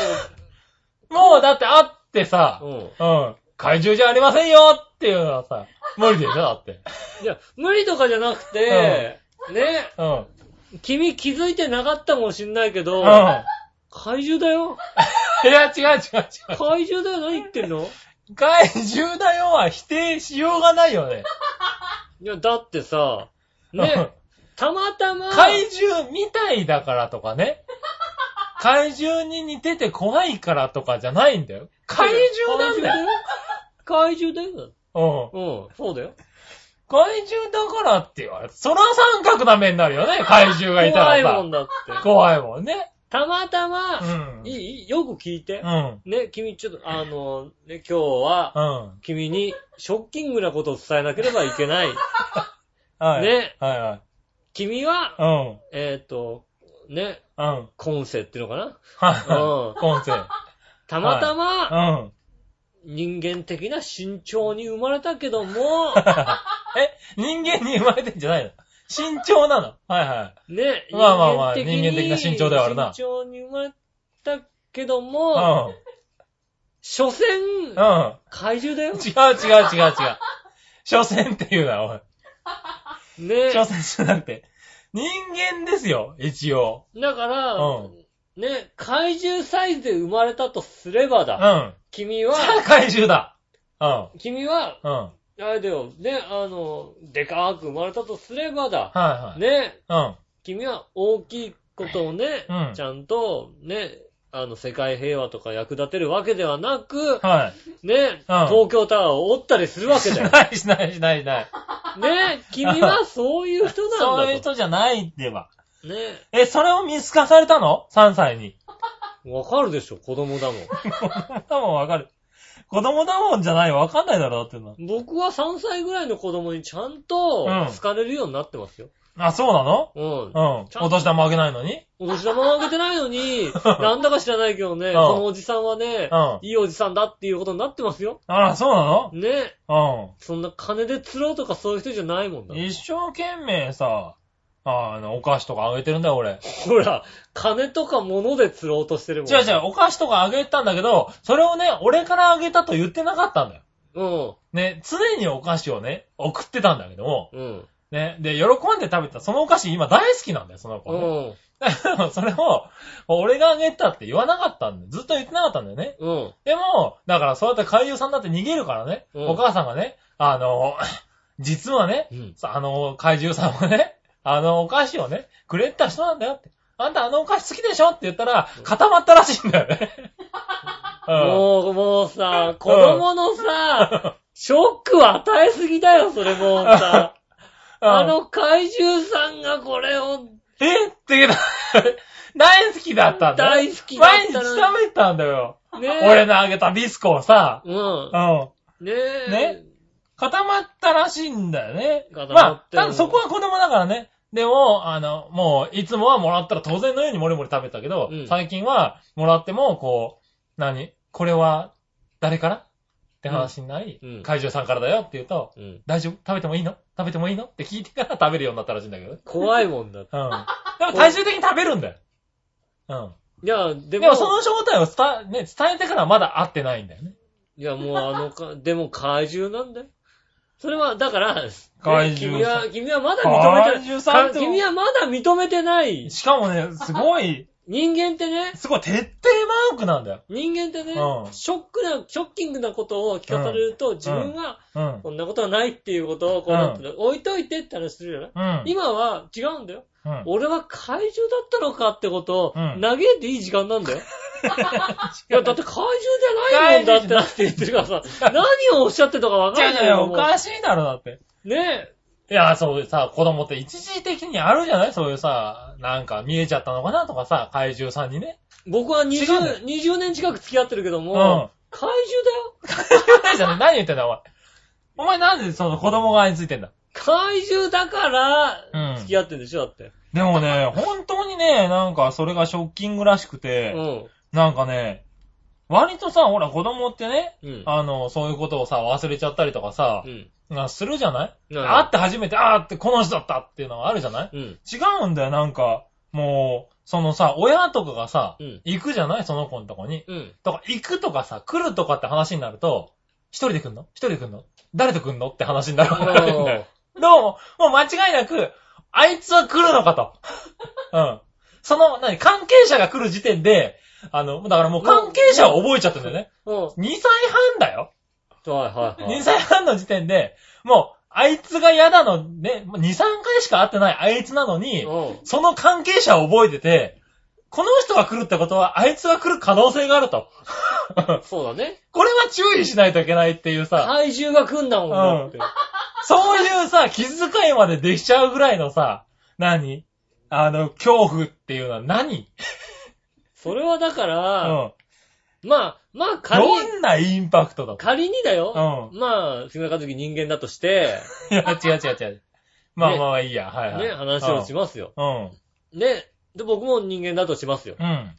Speaker 2: も
Speaker 3: もうだって会ってさ
Speaker 2: う、ん。
Speaker 3: うん、怪獣じゃありませんよっていうのはさ、無理でしょ、だって。
Speaker 2: いや、無理とかじゃなくて、ね、
Speaker 3: うん。
Speaker 2: 君気づいてなかったかもしんないけど、
Speaker 3: うん。
Speaker 2: 怪獣だよ。
Speaker 3: いや、違う違う違う。
Speaker 2: 怪獣だよ、何言ってんの
Speaker 3: 怪獣だよは否定しようがないよ [LAUGHS] ね。
Speaker 2: いや、だってさ、ね、たまたま、
Speaker 3: 怪獣みたいだからとかね。怪獣に似てて怖いからとかじゃないんだよ。怪獣なんだよ。
Speaker 2: 怪獣だよ。
Speaker 3: うん。
Speaker 2: うん、そうだよ。
Speaker 3: 怪獣だからって言われて、そら三角ダメになるよね、怪獣がいたら
Speaker 2: 怖
Speaker 3: さ。
Speaker 2: いもんだって。
Speaker 3: 怖いもんね。
Speaker 2: たまたま、
Speaker 3: うん。
Speaker 2: いいいいよく聞いて
Speaker 3: う。ん。
Speaker 2: ね、君ちょっと、あの、ね、今日は、
Speaker 3: うん。
Speaker 2: 君にショッキングなことを伝えなければいけない。
Speaker 3: はい。
Speaker 2: ね。
Speaker 3: はいはい。
Speaker 2: 君は、
Speaker 3: うん。
Speaker 2: えっ、と、ね、
Speaker 3: うん。
Speaker 2: 今世っていうのかな
Speaker 3: はい。コンセン。
Speaker 2: たまたま、
Speaker 3: うん。
Speaker 2: 人間的な身長に生まれたけ
Speaker 3: [LAUGHS]
Speaker 2: ども、
Speaker 3: え、人間に生まれてんじゃないの身長なのはいは
Speaker 2: ね、
Speaker 3: まあまあまあ
Speaker 2: に
Speaker 3: 人間的な身長ではあるな
Speaker 2: 身長に生まれたけど
Speaker 3: い。
Speaker 2: も、
Speaker 3: うん。
Speaker 2: 所詮、
Speaker 3: うん。
Speaker 2: 怪獣だよ。
Speaker 3: 違う違う違う違う。所詮っていうな、おい。
Speaker 2: ね。
Speaker 3: 所詮じゃなくて。人間ですよ、一応。
Speaker 2: だから、
Speaker 3: うん
Speaker 2: ね、怪獣サイズで生まれたとすれば
Speaker 3: う
Speaker 2: だ。
Speaker 3: ん。
Speaker 2: 君
Speaker 3: さあ
Speaker 2: は、
Speaker 3: 怪獣だ。うん。
Speaker 2: 君は、
Speaker 3: うん。はい
Speaker 2: あれだよ、ね、あの、でかーく生まれたとすればだ。
Speaker 3: はい。
Speaker 2: ね、
Speaker 3: うん。
Speaker 2: 君は大きいことをね、
Speaker 3: うん
Speaker 2: ちゃんと、ね、あの、世界平和とか役立てるわけではなく、
Speaker 3: はい。
Speaker 2: ね、東
Speaker 3: ん
Speaker 2: 京タワーを折ったりするわけ
Speaker 3: し [LAUGHS]
Speaker 2: だよ。
Speaker 3: ないしないしないしない。
Speaker 2: ね、君はそういう人
Speaker 3: そうい
Speaker 2: な
Speaker 3: うん
Speaker 2: だと。
Speaker 3: 人じゃないって言えば。
Speaker 2: ね、
Speaker 3: え、それを見透かされたの ?3 歳に。
Speaker 2: わかるでしょ、子供だもん。
Speaker 3: 子供だもんわかる。子供だもんじゃないわかんないだろ、だってな。
Speaker 2: 僕は3歳ぐらいの子供にちゃんと
Speaker 3: うん
Speaker 2: 好かれるようになってますよ。
Speaker 3: あ、そうなの
Speaker 2: うん。
Speaker 3: うん。
Speaker 2: ちゃんと
Speaker 3: お年玉あげないのに
Speaker 2: お年玉もあげてないのに、なんだか知らないけどね、
Speaker 3: ん
Speaker 2: このおじさんはね
Speaker 3: うん、
Speaker 2: いいおじさんだっていうことになってますよ。
Speaker 3: あら、そうな
Speaker 2: ね。
Speaker 3: のうん。
Speaker 2: そんな金で釣ろうとかそういう人じゃないもんだ。
Speaker 3: 一生懸命さ、あの、お菓子とかあげてるんだよ、俺。
Speaker 2: ほら、金とか物で釣ろうとしてるもん。
Speaker 3: 違う違う、。お菓子とかあげたんだけど、それをね、俺からあげたと言ってなかったんだよ。
Speaker 2: うん。
Speaker 3: ね、常にお菓子をね、送ってたんだけども、
Speaker 2: うん。
Speaker 3: ね、で、喜んで食べてた、そのお菓子今大好きなんだよ、その子
Speaker 2: う
Speaker 3: はね。
Speaker 2: ん。
Speaker 3: で [LAUGHS] もそれを、俺があげたって言わなかったんだよ。ずっと言ってなかったんだよね。
Speaker 2: うん。
Speaker 3: でも、だからそうやって怪獣さんだって逃げるからね、
Speaker 2: うん
Speaker 3: お母さんがね、あの、実はね、
Speaker 2: うん。
Speaker 3: さあの、怪獣さんはね、 [LAUGHS] あのお菓子をね、くれた人なんだよって。あんたあのお菓子好きでしょって言ったら、固まったらしいんだよね。
Speaker 2: [LAUGHS]
Speaker 3: うん
Speaker 2: もう、もうさ、子供のさ、ショックを与えすぎだよ、それもうさ。あ、の怪獣さんがこれを
Speaker 3: うんえって言うの [LAUGHS] 大好きだったんだよ。
Speaker 2: 大好きだった
Speaker 3: 毎
Speaker 2: の
Speaker 3: 日
Speaker 2: に
Speaker 3: 食べたんだよ。
Speaker 2: ねえ。
Speaker 3: 俺のあげたビスコをさ、
Speaker 2: うん
Speaker 3: う。ん。
Speaker 2: ねえ。
Speaker 3: ね固まったらしいんだよね。
Speaker 2: 固ま
Speaker 3: ま
Speaker 2: っ
Speaker 3: あ、
Speaker 2: てる
Speaker 3: ただそこは子供だからね。でも、あの、もう、いつもはもらったら当然のようにもりもり食べたけど、
Speaker 2: うん
Speaker 3: 最近は、もらっても、こう、何これは、誰からって話になり、
Speaker 2: うんうん
Speaker 3: 怪獣さんからだよって言うと、
Speaker 2: うん。
Speaker 3: 大丈夫食べてもいいの食べてもいいのって聞いてから食べるようになったらしいんだけどね。
Speaker 2: 怖いもんだ
Speaker 3: [LAUGHS]
Speaker 2: って。 [LAUGHS]
Speaker 3: うん。でも、最終的に食べるんだよ。
Speaker 2: いや、
Speaker 3: う
Speaker 2: で
Speaker 3: ん。でも、
Speaker 2: も、
Speaker 3: その正体を伝え、ね、伝えてからはまだ会ってないんだよね。
Speaker 2: いや、もうあのか、でも怪獣なんだよ。それは、だから、
Speaker 3: 怪
Speaker 2: 君
Speaker 3: 獣さ
Speaker 2: は、
Speaker 3: ん
Speaker 2: 君はまだ認めて
Speaker 3: 怪獣さん
Speaker 2: な
Speaker 3: っ
Speaker 2: い。
Speaker 3: て
Speaker 2: 君はまだ認めてない。
Speaker 3: しかもね、すごい、
Speaker 2: 人間ってね、
Speaker 3: すごい徹底マークなんだよ。
Speaker 2: 人間ってね、
Speaker 3: うん
Speaker 2: ショックな、ショッキングなことを聞かされると、自分は、
Speaker 3: うん。
Speaker 2: こんなことはないっていうことを、こう、
Speaker 3: うん
Speaker 2: なんていうの置いといてって話するじゃない、
Speaker 3: うん。
Speaker 2: 今は違うんだよ。
Speaker 3: うん
Speaker 2: 俺は怪獣だったのかってことを、
Speaker 3: うん
Speaker 2: 嘆いていい時間
Speaker 3: [LAUGHS]
Speaker 2: なんだよ。いや、だって怪獣じゃないもんだってなって言ってるからさ、何をおっしゃってたかわ
Speaker 3: 違
Speaker 2: か
Speaker 3: うん違
Speaker 2: ないう
Speaker 3: 違う、
Speaker 2: よ。
Speaker 3: お
Speaker 2: も
Speaker 3: かしいだろ、だって。
Speaker 2: うね
Speaker 3: いや、そうさ、子供って一時的にあるじゃないそういうさ、なんか見えちゃったのかなとかさ、怪獣さんにね。
Speaker 2: え。僕は
Speaker 3: 違うんだよ
Speaker 2: 20, 20年近く付き合ってるけども、
Speaker 3: うん [LAUGHS]
Speaker 2: 怪
Speaker 3: 何じゃん何言ってんだ、お前。お前なんでその子供側についてんだ
Speaker 2: 獣だよ。怪獣だから
Speaker 3: う、ん
Speaker 2: 付き合ってんでしょ、だって。
Speaker 3: でもね、本当にね、なんかそれがショッキングらしく
Speaker 2: う
Speaker 3: て、
Speaker 2: ん。
Speaker 3: なんかね、割とさ、ほら子供ってね、
Speaker 2: うん。
Speaker 3: あの、そういうことをさ、忘れちゃったりとかさ
Speaker 2: う、ん。
Speaker 3: なするじゃない
Speaker 2: なんか
Speaker 3: 会って初めて、あーってこの人だったっていうのがあるじゃない
Speaker 2: うん。
Speaker 3: 違うんだよ、なんか、もう、そのさ、親とかがさ、
Speaker 2: うん
Speaker 3: 行くじゃないその子のとこに。
Speaker 2: うん。
Speaker 3: とか、行くとかさ、来るとかって話になると、一人で来んの一人で来んの誰と来んのって話になるわけだよね。 [LAUGHS] どうも、もう間違いなく、
Speaker 2: [LAUGHS]
Speaker 3: あいつは来るのかと。うん。その、何、関係者が来る時点で、あの、だからもう関係者は覚えちゃったんだよね。
Speaker 2: うん。
Speaker 3: [LAUGHS]
Speaker 2: は
Speaker 3: 2歳半だよ。
Speaker 2: いはいはい。
Speaker 3: 2歳半の時点で、もう、あいつが嫌だの、ね、2、3回しか会ってないあいつなのに、
Speaker 2: うん。
Speaker 3: その関係者を覚えてて、この人が来るってことは、あいつが来る可能性があると。
Speaker 2: そうだね。
Speaker 3: これは注意しないといけないっていうさ、
Speaker 2: 体重が来んだもんだって。
Speaker 3: そういうさ、気遣いまでできちゃうぐらいのさ、何あの、恐怖っていうのは何
Speaker 2: それはだか
Speaker 3: う
Speaker 2: ら、
Speaker 3: ん。
Speaker 2: まあ、まあ仮に、
Speaker 3: どんなインパクトだと。
Speaker 2: 仮にだよ。
Speaker 3: う
Speaker 2: まあ、杉村和樹人間だとして、
Speaker 3: いや、違う違う違う。まあまあいいや、はいはい。
Speaker 2: ね、話をしますよ。
Speaker 3: うん。
Speaker 2: ね。で、僕も人間だとしますよ。
Speaker 3: うん。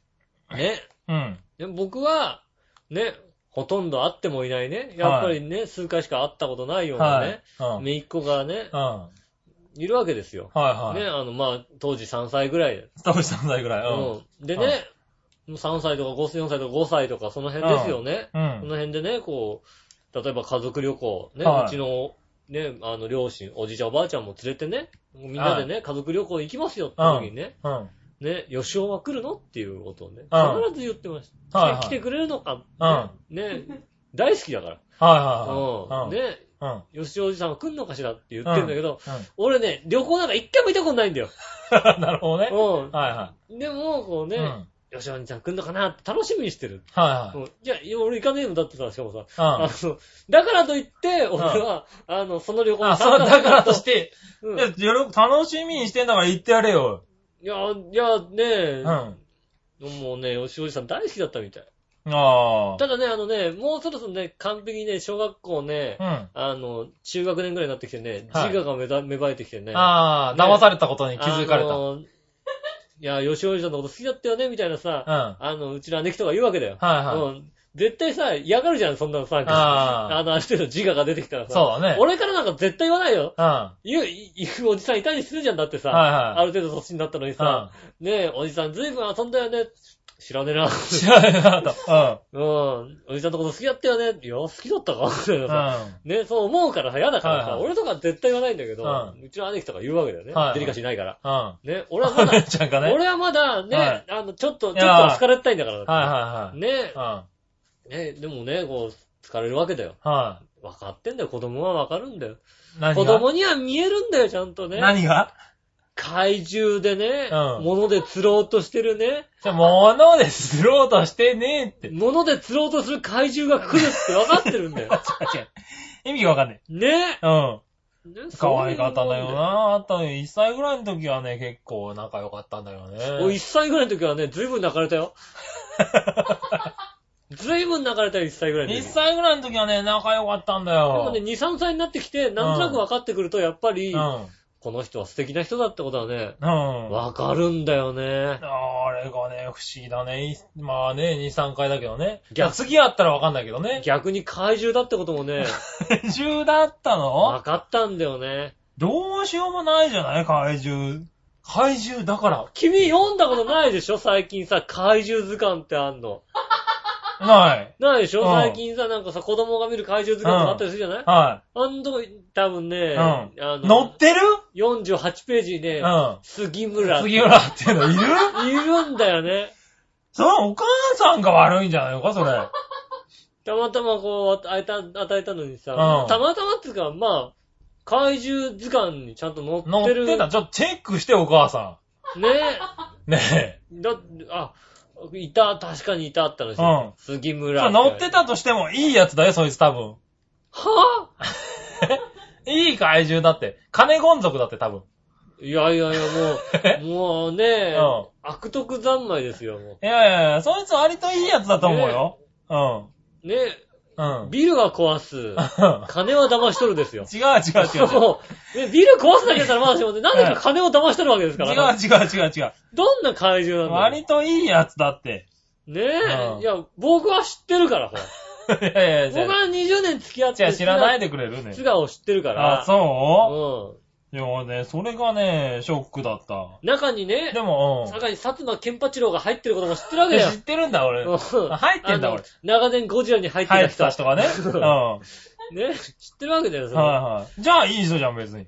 Speaker 2: ね。
Speaker 3: うん。
Speaker 2: で僕は、ね、ほとんど会ってもいないね。やっぱりね、数回しか会ったことないような
Speaker 3: はい
Speaker 2: ね、。
Speaker 3: うん。うん。
Speaker 2: 姪っ子がね、
Speaker 3: はい
Speaker 2: るわけですよ。
Speaker 3: いは
Speaker 2: ね、
Speaker 3: い。
Speaker 2: あの、まあ、当時3歳ぐらいで。
Speaker 3: スタッフ3歳ぐらい。うん。
Speaker 2: うんでね
Speaker 3: はい、
Speaker 2: もう3歳とか5歳、4歳とか5歳とか、その辺ですよね。
Speaker 3: う
Speaker 2: そ
Speaker 3: ん。
Speaker 2: の辺でね、こう、例えば家族旅行、ね、
Speaker 3: はいう
Speaker 2: ちの、ね、あの、両親、おじいちゃんおばあちゃんも連れてね、みんなでね、家族旅行行きますよって時にね、
Speaker 3: うん。
Speaker 2: ね、吉尾は来るのっていうことをね、
Speaker 3: うん
Speaker 2: 必ず言ってました。
Speaker 3: はいはい
Speaker 2: 来て来てくれるのか、ね、ね大好きだから。
Speaker 3: は
Speaker 2: うん。
Speaker 3: いはいはい。
Speaker 2: ね、
Speaker 3: うん。うん。 [LAUGHS]
Speaker 2: 吉尾おじさんは来んのかしらって言ってるんだけど、
Speaker 3: うん。
Speaker 2: 俺ね、旅行なんか一回も行ったことないんだよ。
Speaker 3: なるほどね。
Speaker 2: う
Speaker 3: はいは
Speaker 2: ん。でも、こう
Speaker 3: い。
Speaker 2: ね、
Speaker 3: うん。はい
Speaker 2: 吉尾おじさん来んのかなって楽しみにしてる。
Speaker 3: は
Speaker 2: うんいや、いや俺行かねえのだってさ、しかもさ、
Speaker 3: い。うん
Speaker 2: あ。の、だからといって、俺は、あの、その旅行、
Speaker 3: あ、そう、だからとしてて、
Speaker 2: うん
Speaker 3: いや、喜楽しみにしてんだから言ってやれよ。
Speaker 2: いや、いや、
Speaker 3: う
Speaker 2: ね
Speaker 3: ん。あ
Speaker 2: え、もうね、吉おじさん大好きだったみたい。
Speaker 3: あ。
Speaker 2: ただね、あのね、もうそろそろね、完璧にね、小学校ね
Speaker 3: う、ん。
Speaker 2: あの、中学年ぐらいになってきてね、
Speaker 3: はい
Speaker 2: 自我が芽生芽生えてきてね、
Speaker 3: ああ、騙されたことに気づかれ
Speaker 2: あ
Speaker 3: た。
Speaker 2: のいや、吉おじさんのこと好きだったよね、みたいなさ、
Speaker 3: うん。
Speaker 2: あの、うちの姉貴とか言うわけだよ。
Speaker 3: はいはい
Speaker 2: うん絶対さ、嫌がるじゃん、そんなのさ、
Speaker 3: あー
Speaker 2: あの、ある程度自我が出てきたらさ、
Speaker 3: そうだね。
Speaker 2: 俺からなんか絶対言わないよ。
Speaker 3: うん。は
Speaker 2: 言う、行くおじさんいたりするじゃんだって
Speaker 3: い
Speaker 2: さ、あ
Speaker 3: は
Speaker 2: る程度年になったのに
Speaker 3: い。うん [LAUGHS]
Speaker 2: さ、。ねえ、おじさんずいぶん遊んだよね。知らねえな。 [LAUGHS]
Speaker 3: 知らなかった。
Speaker 2: うん。おじさんのこと好きだったよね。いや、好きだったか。みたいな
Speaker 3: うん。うん。
Speaker 2: さ
Speaker 3: は
Speaker 2: ねえ、そう思うからさ、嫌だからさ、
Speaker 3: はいはい
Speaker 2: 俺とか絶対言わないんだけど、
Speaker 3: う
Speaker 2: うちの姉貴とか言うわけだよね。
Speaker 3: はいはい
Speaker 2: デリカシーないから。
Speaker 3: い。うん。 [LAUGHS]
Speaker 2: ね、俺は
Speaker 3: お
Speaker 2: まだ
Speaker 3: 姉、ちゃんがね。はい
Speaker 2: 俺はまだね、
Speaker 3: はい
Speaker 2: あの、ちょっと、ち
Speaker 3: い
Speaker 2: ょっと
Speaker 3: やー
Speaker 2: 疲れたいんだからだって。
Speaker 3: はいはい。
Speaker 2: ね
Speaker 3: うん。は
Speaker 2: え、ねえ、でもね、こう、疲れるわけだよ。分かってんだよ、子供は分かるんだよ。
Speaker 3: い。何が
Speaker 2: 子供には見えるんだよ、ちゃんとね。
Speaker 3: 何が
Speaker 2: 怪獣でね、
Speaker 3: うん
Speaker 2: 物で釣ろうとしてるね、
Speaker 3: じゃ、物でスローとしてねえって。違
Speaker 2: 物で釣ろうとする怪獣が来るって分かってるんだ
Speaker 3: [LAUGHS]
Speaker 2: よ。
Speaker 3: う違う。意味がわかんない。
Speaker 2: ね
Speaker 3: うん。
Speaker 2: ね
Speaker 3: [LAUGHS] 可愛かったんだよ。な。あと1歳ぐらいの時はね、結構仲良かったんだよね。
Speaker 2: そういうもんだよ俺1歳ぐらいの時はね、ずいぶん泣かれた
Speaker 3: [LAUGHS]
Speaker 2: よ。ずいぶん泣かれたよ、1歳ぐらいの
Speaker 3: 1
Speaker 2: 時。で
Speaker 3: 歳ぐらいの時はね、仲良かったんだ
Speaker 2: も
Speaker 3: よ。
Speaker 2: ね、2、3歳になってきて、なんとなく分かってくると、やっぱり、
Speaker 3: う
Speaker 2: この人は素敵な人だってことはね、
Speaker 3: ん。うん。あ
Speaker 2: 分かるんだよね。
Speaker 3: れがね、不思議だね。いまあね、2、3回だけどね。い
Speaker 2: 逆
Speaker 3: や、次あったらわかんないけどね。
Speaker 2: 逆に怪獣だってこともね、
Speaker 3: 怪獣だったの
Speaker 2: 分かったんだよね。
Speaker 3: どうしようもないじゃない怪獣。怪獣だか
Speaker 2: 君読んだことないでしょ最近さ、怪獣図鑑ってあんの。
Speaker 3: ら。ない。
Speaker 2: ないでしょ、
Speaker 3: うん
Speaker 2: 最近さ、なんかさ、子供が見る怪獣図鑑とかあったりするじゃない、
Speaker 3: は
Speaker 2: あんとこ、多分ね、
Speaker 3: うん
Speaker 2: あ
Speaker 3: い。乗
Speaker 2: の
Speaker 3: っ、てる
Speaker 2: 48ページに
Speaker 3: う
Speaker 2: ね、 [LAUGHS]
Speaker 3: ん。
Speaker 2: 杉村。
Speaker 3: 杉浦っていうのいる
Speaker 2: いるんだよね。
Speaker 3: そのお母さんが悪いんじゃないのか、それ。
Speaker 2: たまたまこう、与えた、与えたのにさ、
Speaker 3: うん
Speaker 2: たまたまっていうか、まあ、怪獣図鑑にちゃんと載
Speaker 3: 乗っ
Speaker 2: ってる。
Speaker 3: てた。ちょっとチェックして、お母さ
Speaker 2: ね。
Speaker 3: ん。 [LAUGHS] ね
Speaker 2: だって、あ、いた、確かにいたって話。
Speaker 3: うん
Speaker 2: 杉
Speaker 3: え。
Speaker 2: 村。
Speaker 3: 乗ってたとしても、いいやつだよ、そいつ多分。
Speaker 2: はぁ、
Speaker 3: いい怪獣だって。金ゴン族だって、多分。
Speaker 2: いやいやいや、
Speaker 3: [LAUGHS]
Speaker 2: もう、もうね、
Speaker 3: うん
Speaker 2: 悪徳三昧ですよ、も
Speaker 3: いやいやいや、そいつ割といいやつだと思うよ。
Speaker 2: う。ね、
Speaker 3: [LAUGHS] うん。うん。。
Speaker 2: ビルは壊す。金は騙しとるですよ
Speaker 3: 違う違う違う違う。
Speaker 2: もう、ね、ビル壊すだけだったらまだしもね、なんでか金を騙しとるわけですか
Speaker 3: 違う
Speaker 2: ら。
Speaker 3: 違う違う違う。
Speaker 2: どんな怪獣なんだよ
Speaker 3: 割といいやつだって。
Speaker 2: ね
Speaker 3: う
Speaker 2: え
Speaker 3: ん。
Speaker 2: いや、僕は知ってるから、ほら。
Speaker 3: いやいや、じ [LAUGHS]
Speaker 2: 僕
Speaker 3: ゃ
Speaker 2: は20年付き合っ
Speaker 3: あ、じゃ
Speaker 2: て
Speaker 3: あ知らない
Speaker 2: い
Speaker 3: でくれるね
Speaker 2: 素。顔を知ってるから。
Speaker 3: あ、そうういやね、それがね、ショックだった。
Speaker 2: ん。中にね
Speaker 3: で、も、うん。
Speaker 2: 中に薩摩健八郎が入ってることも知ってるわけだよ
Speaker 3: 知。ってるんだ、俺。
Speaker 2: うん
Speaker 3: 入ってんだ、
Speaker 2: あの
Speaker 3: 俺。
Speaker 2: 長年ゴジラに入って
Speaker 3: 入
Speaker 2: た
Speaker 3: ってた人
Speaker 2: 人。
Speaker 3: [LAUGHS] がね。うん。は
Speaker 2: ね、知ってるわけだよ、
Speaker 3: い
Speaker 2: それ。
Speaker 3: はい。じゃあいい人じゃん、別に。
Speaker 2: ね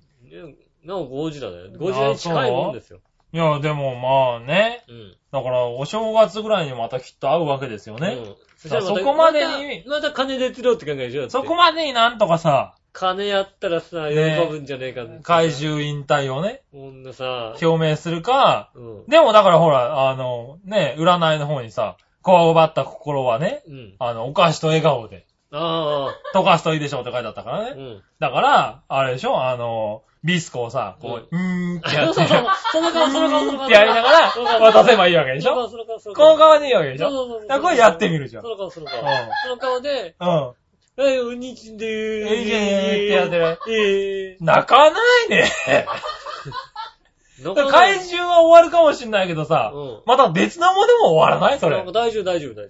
Speaker 2: なんかゴジラだよ。ゴジラに近いもんですよ。
Speaker 3: いや、でもまあね。
Speaker 2: うん。
Speaker 3: だから、お正月ぐらいにまたきっと会うわけですよね。
Speaker 2: うん。そしたらた
Speaker 3: そこまでに
Speaker 2: またまた金出てろって考えでしょだって
Speaker 3: そこまでになんとかさ、
Speaker 2: 金やったらさ、喜
Speaker 3: ね
Speaker 2: ぶんじゃねえかってさ
Speaker 3: 怪。獣引退をね、
Speaker 2: こんなさ、
Speaker 3: 表明するか、
Speaker 2: うん。
Speaker 3: でもだからほら、あの、ね、占いの方にさ、こわばった心はね、
Speaker 2: うん。
Speaker 3: あの、お菓子と笑顔で、
Speaker 2: あ
Speaker 3: 溶かすといいでしょうって書いてあったから
Speaker 2: あ、
Speaker 3: [LAUGHS]
Speaker 2: う
Speaker 3: ね。
Speaker 2: ん。
Speaker 3: だから、あれでしょ、あの、ビスコをさ、こう、うーんってや
Speaker 2: そう
Speaker 3: って、
Speaker 2: そううそう。その顔、その顔、その
Speaker 3: ーん
Speaker 2: 顔。
Speaker 3: ってやりながら渡せばいいわけでし
Speaker 2: その顔、
Speaker 3: ょ
Speaker 2: その顔、その
Speaker 3: こ
Speaker 2: 顔。
Speaker 3: う側でいいわけでし
Speaker 2: そ
Speaker 3: ょ
Speaker 2: うそうそう
Speaker 3: だからこれやってみるじゃん
Speaker 2: そ。の顔、その顔
Speaker 3: う。ん
Speaker 2: その顔で、
Speaker 3: うん。
Speaker 2: はい、おにちんでーす。
Speaker 3: えいえいえいってやって
Speaker 2: え
Speaker 3: る。泣かないね。
Speaker 2: ー。なんか
Speaker 3: 怪獣は終わるかもしんないけどさ、
Speaker 2: うん
Speaker 3: また別のものでも終わらないそ
Speaker 2: な
Speaker 3: れ
Speaker 2: んか。大丈夫、大丈夫、大丈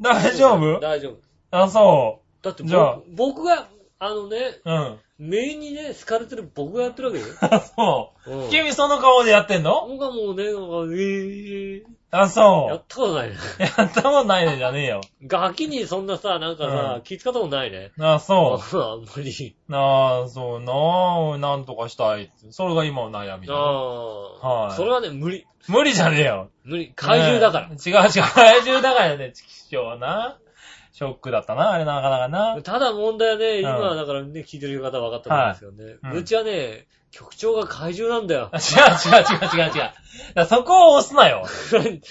Speaker 3: 大
Speaker 2: 夫。
Speaker 3: 丈夫
Speaker 2: 大丈夫。
Speaker 3: あ、そ
Speaker 2: だって
Speaker 3: じゃあ
Speaker 2: 僕、僕が、あのね、
Speaker 3: う。うん。
Speaker 2: 目にね、好かれてる僕がやってるわけよ。
Speaker 3: [LAUGHS] あ、そう。
Speaker 2: うん。
Speaker 3: 君その顔でやってんの
Speaker 2: 僕はもうね、なんか、えー、
Speaker 3: あ、
Speaker 2: やっ
Speaker 3: そ
Speaker 2: たことないね。
Speaker 3: う。やったことないねじゃねえよ。
Speaker 2: ガキにそんなさ、なんか
Speaker 3: う
Speaker 2: さ
Speaker 3: ん、
Speaker 2: 気使ったことないね。
Speaker 3: あ、
Speaker 2: [LAUGHS] あ
Speaker 3: そ
Speaker 2: んまり。
Speaker 3: う。なあ、そうなあ、なんとかしたいって。それが今の悩み
Speaker 2: ああ。
Speaker 3: だ。はい
Speaker 2: それはね、無理。
Speaker 3: 無理じゃねえよ。
Speaker 2: 無理。怪獣だから。
Speaker 3: ねえ違う違う、怪獣だからね、チキショーな。ショックだったな、あれなかなかな。
Speaker 2: ただ問題はね、今
Speaker 3: う
Speaker 2: は
Speaker 3: ん
Speaker 2: だからね、聞いてる方は分かったと思うんですよね。
Speaker 3: はいう
Speaker 2: うちはね、局長が怪獣なんだよ。 [LAUGHS]
Speaker 3: 違う違う違う違う違う。だからそこを押すなよ。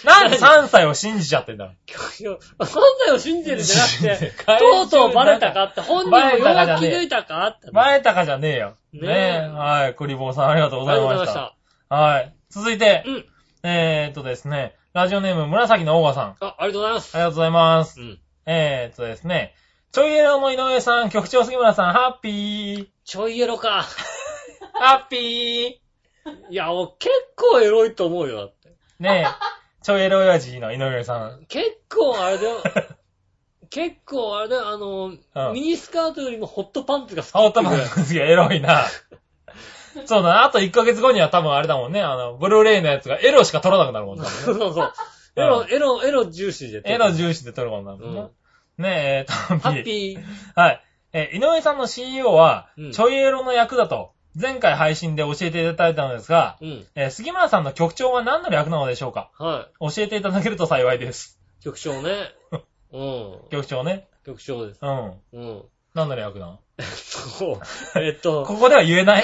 Speaker 3: なんで3歳を信じちゃってんだろ
Speaker 2: 局長、あそんなよ信じてるんじゃなくて、
Speaker 3: 怪
Speaker 2: と
Speaker 3: 獣
Speaker 2: うとうバレたかって、本人もようやく気づいたかって。
Speaker 3: 前高じゃねえよ。
Speaker 2: ねえ
Speaker 3: ねえ。はい。クリボーさんありがとうご
Speaker 2: あり
Speaker 3: ざい
Speaker 2: がとうご
Speaker 3: ま
Speaker 2: ざいまし
Speaker 3: し。
Speaker 2: たた。
Speaker 3: はい。続いて、
Speaker 2: うん
Speaker 3: えーっとですね、ラジオネーム紫のオーガさん。あ
Speaker 2: あ、ありがとうございます。
Speaker 3: りがとうございます。
Speaker 2: うん。
Speaker 3: えーっとですね、ちょいエロの井上さん、局長杉村さん、ハッピー。
Speaker 2: ちょいエロか。
Speaker 3: ハッピ
Speaker 2: いや、俺結構エロいと思うよ、だって。
Speaker 3: ー。ねえ、ちょいエロ親父の井上さん。
Speaker 2: 結構あれ
Speaker 3: [LAUGHS]
Speaker 2: だよ。結構あれだよ、あの、
Speaker 3: うん
Speaker 2: ミニスカートよりもホットパンツが好き
Speaker 3: ホット
Speaker 2: って
Speaker 3: マ
Speaker 2: いう
Speaker 3: ン
Speaker 2: ぐらい
Speaker 3: クス [LAUGHS] がエロいな。そうだな。あと1ヶ月後には多分あれだもんね。あの、ブルーレイのやつがエロしか撮らなくなるもんだ。
Speaker 2: そうそうそう。エロ、エロ、エロ重視で。
Speaker 3: エロ重視で撮るもんだもんな。ねえ、えーっと、
Speaker 2: ハッピー。
Speaker 3: はい。えー井上さんの CEO は
Speaker 2: うん、
Speaker 3: ちょいエロの役だと、前回配信で教えていただいたのですが、
Speaker 2: うん。
Speaker 3: えー杉村さんの局長は何の略なのでしょうか
Speaker 2: は
Speaker 3: 教えていただけると幸いです。
Speaker 2: い。局長
Speaker 3: [LAUGHS]
Speaker 2: ね。うん。
Speaker 3: 局長ね。
Speaker 2: 局長です。
Speaker 3: うん。 [LAUGHS]
Speaker 2: うん。
Speaker 3: 何の略なの
Speaker 2: そう。えっと、
Speaker 3: ここでは言えない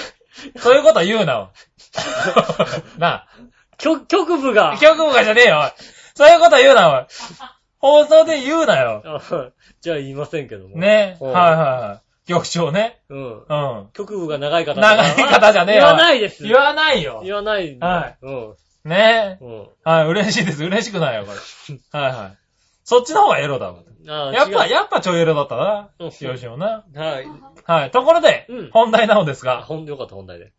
Speaker 3: そういうこと言う
Speaker 2: [LAUGHS]
Speaker 3: な。な
Speaker 2: 局、局部が
Speaker 3: あ。、局部がじゃねえよ。おいそういうこと言うな、おい放送で言うなよ。
Speaker 2: あ [LAUGHS] じゃあ言いませんけども。。
Speaker 3: ね。
Speaker 2: う
Speaker 3: は
Speaker 2: ん
Speaker 3: いはいはい。局長ね。
Speaker 2: うん。
Speaker 3: うん。
Speaker 2: 局部が長い方だから
Speaker 3: 長い方じゃねえよ。
Speaker 2: 言わないです。
Speaker 3: 言わないよ。
Speaker 2: 言わない。。
Speaker 3: はい
Speaker 2: うん。
Speaker 3: ね
Speaker 2: うん。
Speaker 3: はい、嬉しいです。嬉しくないよ、こ
Speaker 2: [LAUGHS]
Speaker 3: れ。はいはい。そっちの方がエロだわ。
Speaker 2: ああ
Speaker 3: やっぱ、
Speaker 2: 違
Speaker 3: やっぱちょいエロだったな。
Speaker 2: うん
Speaker 3: よしよな。
Speaker 2: うはい。
Speaker 3: はい。ところで
Speaker 2: うん、
Speaker 3: 本題なのです
Speaker 2: あ、
Speaker 3: が、
Speaker 2: ほん、よかった、本題で。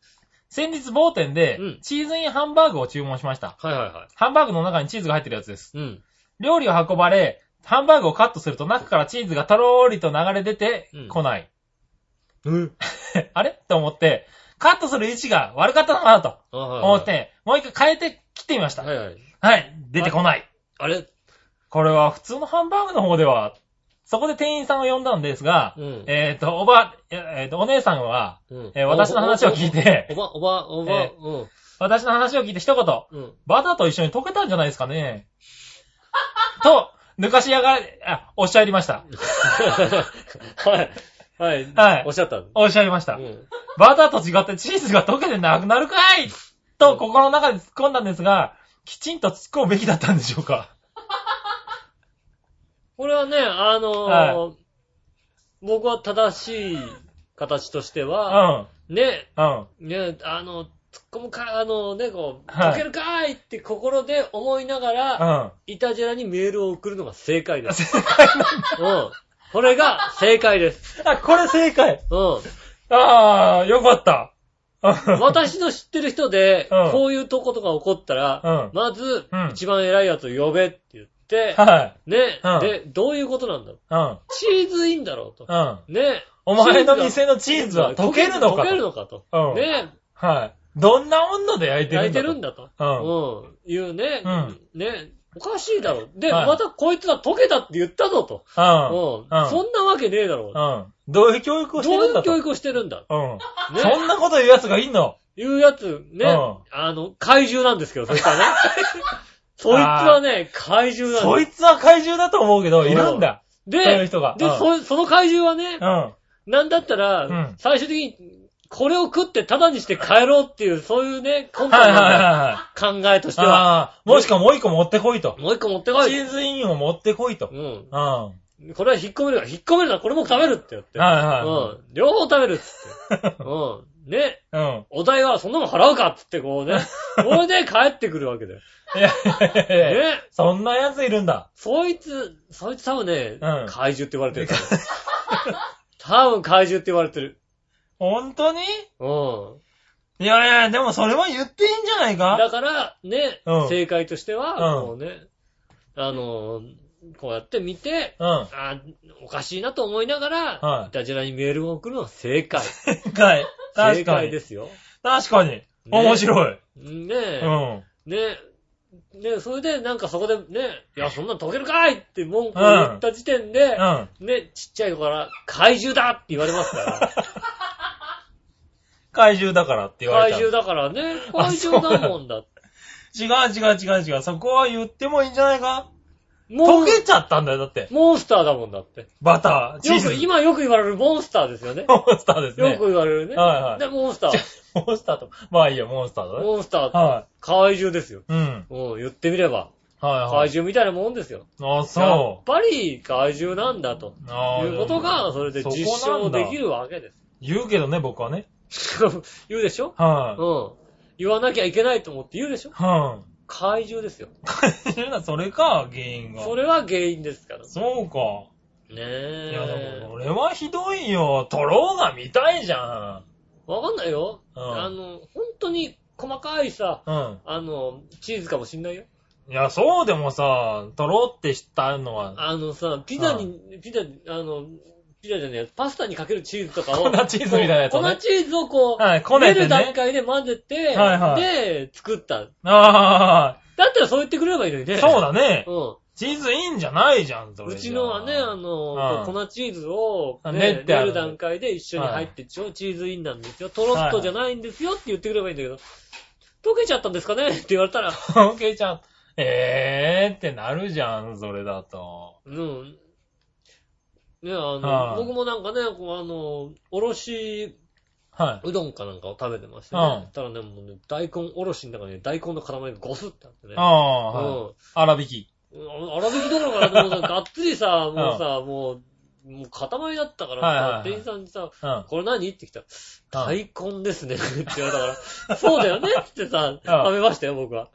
Speaker 3: 先日某店で
Speaker 2: うん、
Speaker 3: チーズインハンバーグを注文しました。
Speaker 2: はいはいは
Speaker 3: ハンバーグの中にチーズが入ってるやつです。
Speaker 2: い。うん。
Speaker 3: 料理を運ばれ、ハンバーグをカットすると中からチーズがとろーりと流れ出て
Speaker 2: うん
Speaker 3: こない。
Speaker 2: うん。
Speaker 3: あれと思って、カットする位置が悪かったのかなと
Speaker 2: あはいはい。
Speaker 3: 思って、もう一回変えて切ってみました
Speaker 2: は。いはい。
Speaker 3: はい。出てこない。
Speaker 2: あれ
Speaker 3: これは普通のハンバーグの方では、そこで店員さんを呼んだんですが、
Speaker 2: うん
Speaker 3: えっ、と、おば、えっ、えーと、お姉さんは、
Speaker 2: うん
Speaker 3: えー私の話を聞いて
Speaker 2: おば、おば、おば、
Speaker 3: え私の話を聞いて一言、
Speaker 2: うん。うん。 [LAUGHS]
Speaker 3: バターと一緒に溶けたんじゃないですかね。と、抜かしやがれ、あ、おっしゃりました。
Speaker 2: はい。はい。
Speaker 3: はい
Speaker 2: おっしゃった。う
Speaker 3: おっしゃりました。
Speaker 2: ん。
Speaker 3: バターと違ってチーズが溶けてなくなるかいと心の中で突っ込んだんですが、きちんと突っ込むべきだったんでしょうか。
Speaker 2: これはね、あのー
Speaker 3: は
Speaker 2: 僕は正しい形として
Speaker 3: う
Speaker 2: は、
Speaker 3: ん、
Speaker 2: ね、
Speaker 3: うん。
Speaker 2: ね、あの、突っ込むか、あのね、こう、
Speaker 3: はい
Speaker 2: 溶けるかーいって心で思いながら、
Speaker 3: う
Speaker 2: イタジェラにメールを送るのが正解で
Speaker 3: ん。
Speaker 2: す。
Speaker 3: 正解なんだ。
Speaker 2: うん。これが正解です。
Speaker 3: [LAUGHS] あ、これ正解。
Speaker 2: う
Speaker 3: ああ、よかった。
Speaker 2: ん。私の知ってる人で、
Speaker 3: うん
Speaker 2: こういうとことか起こったら、
Speaker 3: う
Speaker 2: まず
Speaker 3: うん、
Speaker 2: 一番偉いやつ呼べって言って、
Speaker 3: はい。
Speaker 2: ね、
Speaker 3: うん
Speaker 2: で、どういうことなんだろう。
Speaker 3: うん。
Speaker 2: チーズいいんだろうと。
Speaker 3: うん。
Speaker 2: ね。
Speaker 3: お前の店のチーズは溶けるのか
Speaker 2: 溶けるのかと。
Speaker 3: うん
Speaker 2: ね。
Speaker 3: はい。どんな温度で焼いてる
Speaker 2: 焼い
Speaker 3: ん
Speaker 2: て
Speaker 3: だ
Speaker 2: る
Speaker 3: と
Speaker 2: んだと。
Speaker 3: う
Speaker 2: うん。いうね
Speaker 3: うん。
Speaker 2: ね。おかしいだろ。で、
Speaker 3: はい
Speaker 2: またこいつは溶けたって言ったぞと。
Speaker 3: う
Speaker 2: うん。そんなわけねえだろ。
Speaker 3: ん。うん。どういう教育をし
Speaker 2: ど
Speaker 3: て
Speaker 2: う
Speaker 3: るん
Speaker 2: いう
Speaker 3: だと。
Speaker 2: 教育をしてるんだ。
Speaker 3: うん。
Speaker 2: ね
Speaker 3: そんなこと言う奴がいんの
Speaker 2: いうやつ、ね。
Speaker 3: うん
Speaker 2: あの、怪獣なんですけど、そいつはね。
Speaker 3: [LAUGHS]
Speaker 2: そいつはね、怪獣なん
Speaker 3: そ
Speaker 2: で
Speaker 3: いつは怪獣だと思うけど、
Speaker 2: そう
Speaker 3: いるんだ。
Speaker 2: す。
Speaker 3: そういう
Speaker 2: で、
Speaker 3: 人が。
Speaker 2: で、
Speaker 3: う
Speaker 2: そその怪獣はね、
Speaker 3: ん。うん。
Speaker 2: なんだった
Speaker 3: う
Speaker 2: ら
Speaker 3: ん、
Speaker 2: 最終的に、これを食ってタダにして帰ろうっていう、そういうね、今
Speaker 3: はい
Speaker 2: 回
Speaker 3: はいはい
Speaker 2: の
Speaker 3: はい。
Speaker 2: 考えとしては、
Speaker 3: ああ、もしかもう一個持ってこいと。
Speaker 2: もう一個持ってこ
Speaker 3: チ
Speaker 2: い。
Speaker 3: ーズインを持ってこいと。
Speaker 2: うん。
Speaker 3: うん。は
Speaker 2: これは引っ込めるから、引っ込めるならこれも食べるって言っ
Speaker 3: い
Speaker 2: て。
Speaker 3: は
Speaker 2: うん。両方食べるっつって。
Speaker 3: [LAUGHS]
Speaker 2: うん。ね、
Speaker 3: い。うん。
Speaker 2: お代はそんなもん払うかっつってこう
Speaker 3: [LAUGHS]
Speaker 2: ね。これで帰ってくるわけだよ。
Speaker 3: いやいやいやいや
Speaker 2: ね。
Speaker 3: そんな奴いるんだ。
Speaker 2: そいつ、そいつ多分ね、
Speaker 3: うん
Speaker 2: 怪獣って言われてる。多分怪獣って言われてる。
Speaker 3: 本当に
Speaker 2: うん。
Speaker 3: いやいや、でもそれは言っていいんじゃないか
Speaker 2: だから、ね、
Speaker 3: うん
Speaker 2: 正解としては、
Speaker 3: うん
Speaker 2: こうね、あのー、こうやって見て、
Speaker 3: うん。
Speaker 2: あおかしいなと思いなが
Speaker 3: は
Speaker 2: ら、
Speaker 3: い
Speaker 2: いたじらにメールを送るのは正解。
Speaker 3: 正解。
Speaker 2: 正
Speaker 3: 確か
Speaker 2: 解で
Speaker 3: に。
Speaker 2: すよ。
Speaker 3: 確かに。面白い。
Speaker 2: ね
Speaker 3: う
Speaker 2: え、
Speaker 3: ん。
Speaker 2: ねえ、ねえ、それでなんかそこでね、いや、そんなの溶けるかいって文句を言った時点で、
Speaker 3: うん。
Speaker 2: ね、ちっちゃい子から、怪獣だって言われますから。
Speaker 3: 怪獣だからって言わ
Speaker 2: 怪
Speaker 3: れちゃ
Speaker 2: 獣
Speaker 3: う。
Speaker 2: だからね。
Speaker 3: あ
Speaker 2: 怪獣だもんだ。
Speaker 3: 違う違う違う違う。そこは言ってもいいんじゃないか
Speaker 2: も
Speaker 3: 溶
Speaker 2: う、
Speaker 3: けちゃったんだよ、だって。
Speaker 2: モンスターだもんだって。
Speaker 3: バター、チ
Speaker 2: よ
Speaker 3: ーズ
Speaker 2: く、。今よく言われるモンスターですよね。
Speaker 3: モンスターですね。
Speaker 2: よく言われるね。
Speaker 3: はいはい
Speaker 2: で、モンスター。
Speaker 3: モンスターと。まあいいよ、モンスターだね。
Speaker 2: モンスター、
Speaker 3: は
Speaker 2: 怪獣ですよ。
Speaker 3: い。うん。
Speaker 2: うん、言ってみれば。
Speaker 3: は
Speaker 2: 怪
Speaker 3: い
Speaker 2: 獣みたいなもんですよ。
Speaker 3: はい。あ、
Speaker 2: や
Speaker 3: そ
Speaker 2: っぱり怪獣なんだと。
Speaker 3: う。ああ
Speaker 2: いうことが、それで実
Speaker 3: そこな
Speaker 2: 証
Speaker 3: んだ
Speaker 2: できるわけで
Speaker 3: 言うけどね、僕はね。
Speaker 2: す。 [LAUGHS] 言うでしょ
Speaker 3: はい。
Speaker 2: うん。言わなきゃいけないと思って言うでしょ
Speaker 3: は
Speaker 2: 怪獣ですよ。
Speaker 3: い。 [LAUGHS] 怪獣だ、それか、原因が。
Speaker 2: それは原因ですから。ね
Speaker 3: そうか。いや、
Speaker 2: え
Speaker 3: で。も、俺はひどいよ。トローが見たいじゃん。
Speaker 2: わかんないよ。
Speaker 3: うん
Speaker 2: あの、本当に細かいさ、
Speaker 3: うん。
Speaker 2: あの、チーズかもしんないよ。
Speaker 3: いや、そうでもさ、トロって知ったのは、
Speaker 2: あのさ、ピザに、ピザ、あの、ピザじゃねえや、パスタにかけるチーズとかを。
Speaker 3: 粉チーズみたいなやつ
Speaker 2: こ
Speaker 3: を
Speaker 2: う
Speaker 3: ね
Speaker 2: 粉チーズをこう、
Speaker 3: はいこねてね
Speaker 2: る段階で混ぜて、
Speaker 3: はいはい
Speaker 2: で、作った。
Speaker 3: あ
Speaker 2: だったらそう言ってくれればいいのに
Speaker 3: あ、
Speaker 2: ね。
Speaker 3: そうだね。
Speaker 2: う。
Speaker 3: チーズいいんじゃないじゃん、そ
Speaker 2: ん。
Speaker 3: れ
Speaker 2: う
Speaker 3: じゃ。
Speaker 2: ちのはね、あの、
Speaker 3: うん
Speaker 2: こう粉チーズを、
Speaker 3: あ
Speaker 2: ね、
Speaker 3: 練ってある
Speaker 2: る段階で一緒に入って、超チーズインなんですよ。トロッとじゃないんですよって言ってくれればいいんだけど、溶けちゃったんですかねって言われたら、
Speaker 3: 溶けちゃう。えーってなるじゃん、それだと。
Speaker 2: うん。ね、あの、
Speaker 3: はい
Speaker 2: 僕もなんかね、こうあの、おろし
Speaker 3: は
Speaker 2: うどんかなんかを食べてまして
Speaker 3: う
Speaker 2: ね
Speaker 3: ん。
Speaker 2: たらね、もうね、大根おろしの中に大根の塊がゴスってあってね
Speaker 3: い。。ああ、はい。
Speaker 2: う
Speaker 3: 粗挽き。
Speaker 2: ん。あ粗挽きどころかなと思
Speaker 3: [LAUGHS]
Speaker 2: ったら、がっつりさ、もうさ、もう、もう塊だったから
Speaker 3: はいはい
Speaker 2: さ
Speaker 3: は、い
Speaker 2: 店員さんにさ、
Speaker 3: うん。
Speaker 2: これ何って来たら、
Speaker 3: うん
Speaker 2: 大根ですね [LAUGHS] って言われたから、そうだよねってさ、
Speaker 3: うん
Speaker 2: 食べましたよ、僕は。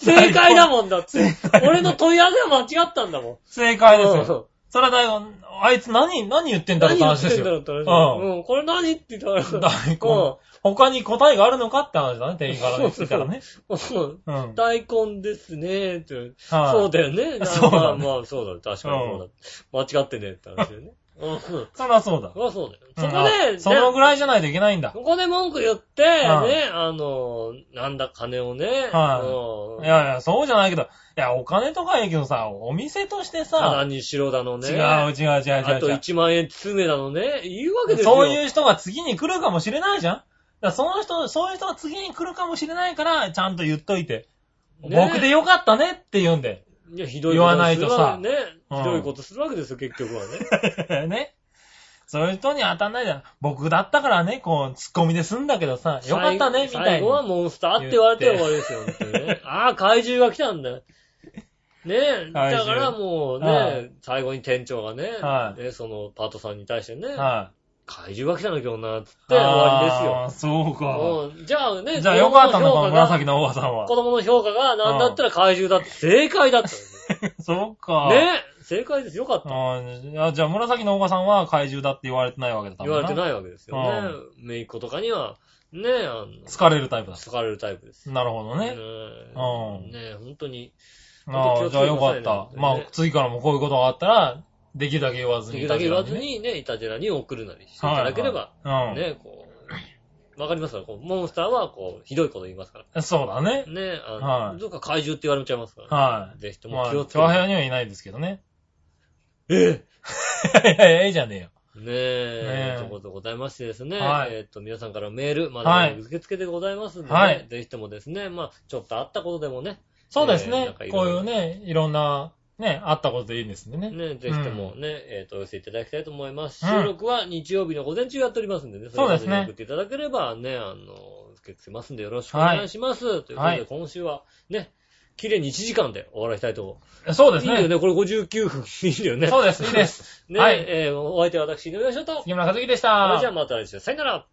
Speaker 2: 正解だもんだって。俺の問い合わせは間違ったんだもん。
Speaker 3: 正解です
Speaker 2: う
Speaker 3: よ。
Speaker 2: ん
Speaker 3: それは大根、あいつ何、何言ってんだろう
Speaker 2: 何
Speaker 3: っ
Speaker 2: 言
Speaker 3: て
Speaker 2: っ
Speaker 3: 話で
Speaker 2: て
Speaker 3: す
Speaker 2: んだろう
Speaker 3: よ。
Speaker 2: って話。
Speaker 3: う
Speaker 2: うん。これ何って言ったら、
Speaker 3: 大根
Speaker 2: うん。
Speaker 3: 他に答えがあるのかって話だね、店員からね。
Speaker 2: そうそう
Speaker 3: 聞いたらね。
Speaker 2: [LAUGHS] うん
Speaker 3: うん。はい。
Speaker 2: 大根ですね、って言われて。そうだよね。な
Speaker 3: [LAUGHS] そう
Speaker 2: まあ
Speaker 3: だね
Speaker 2: まあ、そうだね。確かにそうだ。間違ってねえって話だよね。うん。そ
Speaker 3: そりゃそうだ。
Speaker 2: りゃそう
Speaker 3: う
Speaker 2: だよ。そ
Speaker 3: ん
Speaker 2: こで、
Speaker 3: あそのぐ
Speaker 2: い。
Speaker 3: らいじゃないといけないんだ。
Speaker 2: そこで文句言って、
Speaker 3: うん
Speaker 2: ね、あの、なんだ金をね、
Speaker 3: はい
Speaker 2: うん
Speaker 3: いやいや、そうじゃないけど、いや、お金とかいいけどさ、お店として
Speaker 2: ただ
Speaker 3: さ、
Speaker 2: にしろだのね。
Speaker 3: 違う違う違う違
Speaker 2: あと
Speaker 3: う違う。
Speaker 2: 1万円詰めだのね。言うわけですよ。
Speaker 3: そういう人が次に来るかもしれないじゃんだからその人、そういう人が次に来るかもしれないから、ちゃんと言っといて。
Speaker 2: ね
Speaker 3: 僕でよかったねって言うんで。
Speaker 2: いや、ひどい
Speaker 3: 言わないとさ
Speaker 2: ことするわけね。
Speaker 3: うん
Speaker 2: ひどいことするわけですよ、結局はね。
Speaker 3: [LAUGHS] ね。そういう人に当たんないじゃん。僕だったからね、こう、ツッコミで済んだけどさ、よかったね、み
Speaker 2: 最後
Speaker 3: たい
Speaker 2: 最後は
Speaker 3: な。
Speaker 2: モンスターって言われて終わりですよ、本当に
Speaker 3: [LAUGHS]
Speaker 2: ね。ああ、怪獣が来たんだ。ねえ、
Speaker 3: 怪
Speaker 2: だ
Speaker 3: 獣
Speaker 2: からもうね、
Speaker 3: はい
Speaker 2: 最後に店長がね、
Speaker 3: はい
Speaker 2: ねそのパートさんに対してね、
Speaker 3: は
Speaker 2: 怪獣が来たんだけどな、つって終
Speaker 3: い。
Speaker 2: わりですよ
Speaker 3: あーそうか。
Speaker 2: もう。じゃあね、
Speaker 3: じゃあよかったの
Speaker 2: 子供評価
Speaker 3: か、紫
Speaker 2: が
Speaker 3: のおばさんは
Speaker 2: 子。供の評価がなんだったら怪獣だって正解だったんですよ。
Speaker 3: そうか。
Speaker 2: ねえ、正解です。よかった。
Speaker 3: あーじゃあ、紫のおばさんは怪獣だって言われてないわけだ。多
Speaker 2: 言
Speaker 3: 分
Speaker 2: われて
Speaker 3: い。
Speaker 2: ないわけですよね。めいっ子とかには、ねえ、あの、
Speaker 3: 疲れるタイプだ。
Speaker 2: 好かれるタイプです。
Speaker 3: なるほどね。
Speaker 2: うん
Speaker 3: うん
Speaker 2: ねえ、本当に。
Speaker 3: ああ、じゃあよかっ
Speaker 2: 気をつけ。て
Speaker 3: た
Speaker 2: くださいね
Speaker 3: まあ、次からもこういうことがあったら、できるだけ言わず
Speaker 2: でき
Speaker 3: に。
Speaker 2: るだけ言わずにね、いたじらに送るなりしていただければ、
Speaker 3: はいはいうん
Speaker 2: ね、こわかりますから、こうモンスターは、こう、ひどいこと言いますから。
Speaker 3: そうだね。
Speaker 2: ね、あの、
Speaker 3: はい
Speaker 2: どっか怪獣って言われちゃいますから、
Speaker 3: はい。
Speaker 2: ぜひと
Speaker 3: ま
Speaker 2: も
Speaker 3: あ、
Speaker 2: 気を
Speaker 3: 長
Speaker 2: つけて。
Speaker 3: 平にはいないですけどね。 [LAUGHS]
Speaker 2: え
Speaker 3: いやいや、いいじゃねえよ。
Speaker 2: えねえ
Speaker 3: ねえ、
Speaker 2: ということでございましてですね、
Speaker 3: はい
Speaker 2: えーっと、皆さんからメール、ま
Speaker 3: は
Speaker 2: だ
Speaker 3: い
Speaker 2: 受け付けでございますんで、ね
Speaker 3: はい
Speaker 2: ぜひともですね、まあ、ちょっとあったことでもね、
Speaker 3: そうです
Speaker 2: えーな
Speaker 3: ね
Speaker 2: んか。い
Speaker 3: こ
Speaker 2: ろ
Speaker 3: う
Speaker 2: い
Speaker 3: い
Speaker 2: ろ
Speaker 3: うね、いろんな、ね、あったことでいいんですんでね。
Speaker 2: ね、ぜひともね、えっ、と、お寄せいただきたいと思います。
Speaker 3: うん
Speaker 2: 収録は日曜日の午前中やっておりますんでね、
Speaker 3: そうですね
Speaker 2: れまに送っていただければね、あの、受け付けますんでよろしくお願いします。ということで、
Speaker 3: はい
Speaker 2: 今週はね、綺麗に1時間で終わらしたいと。
Speaker 3: そうです
Speaker 2: いいんだよ
Speaker 3: ね。
Speaker 2: ね、これ59分。いいんだよ [LAUGHS] ね。
Speaker 3: そうです、いいで。す。
Speaker 2: [LAUGHS] ね、
Speaker 3: はい
Speaker 2: えーお相手は私、井上翔と。
Speaker 3: 杉村和樹でし
Speaker 2: そ
Speaker 3: た
Speaker 2: れじゃあ。また来週、さよなら。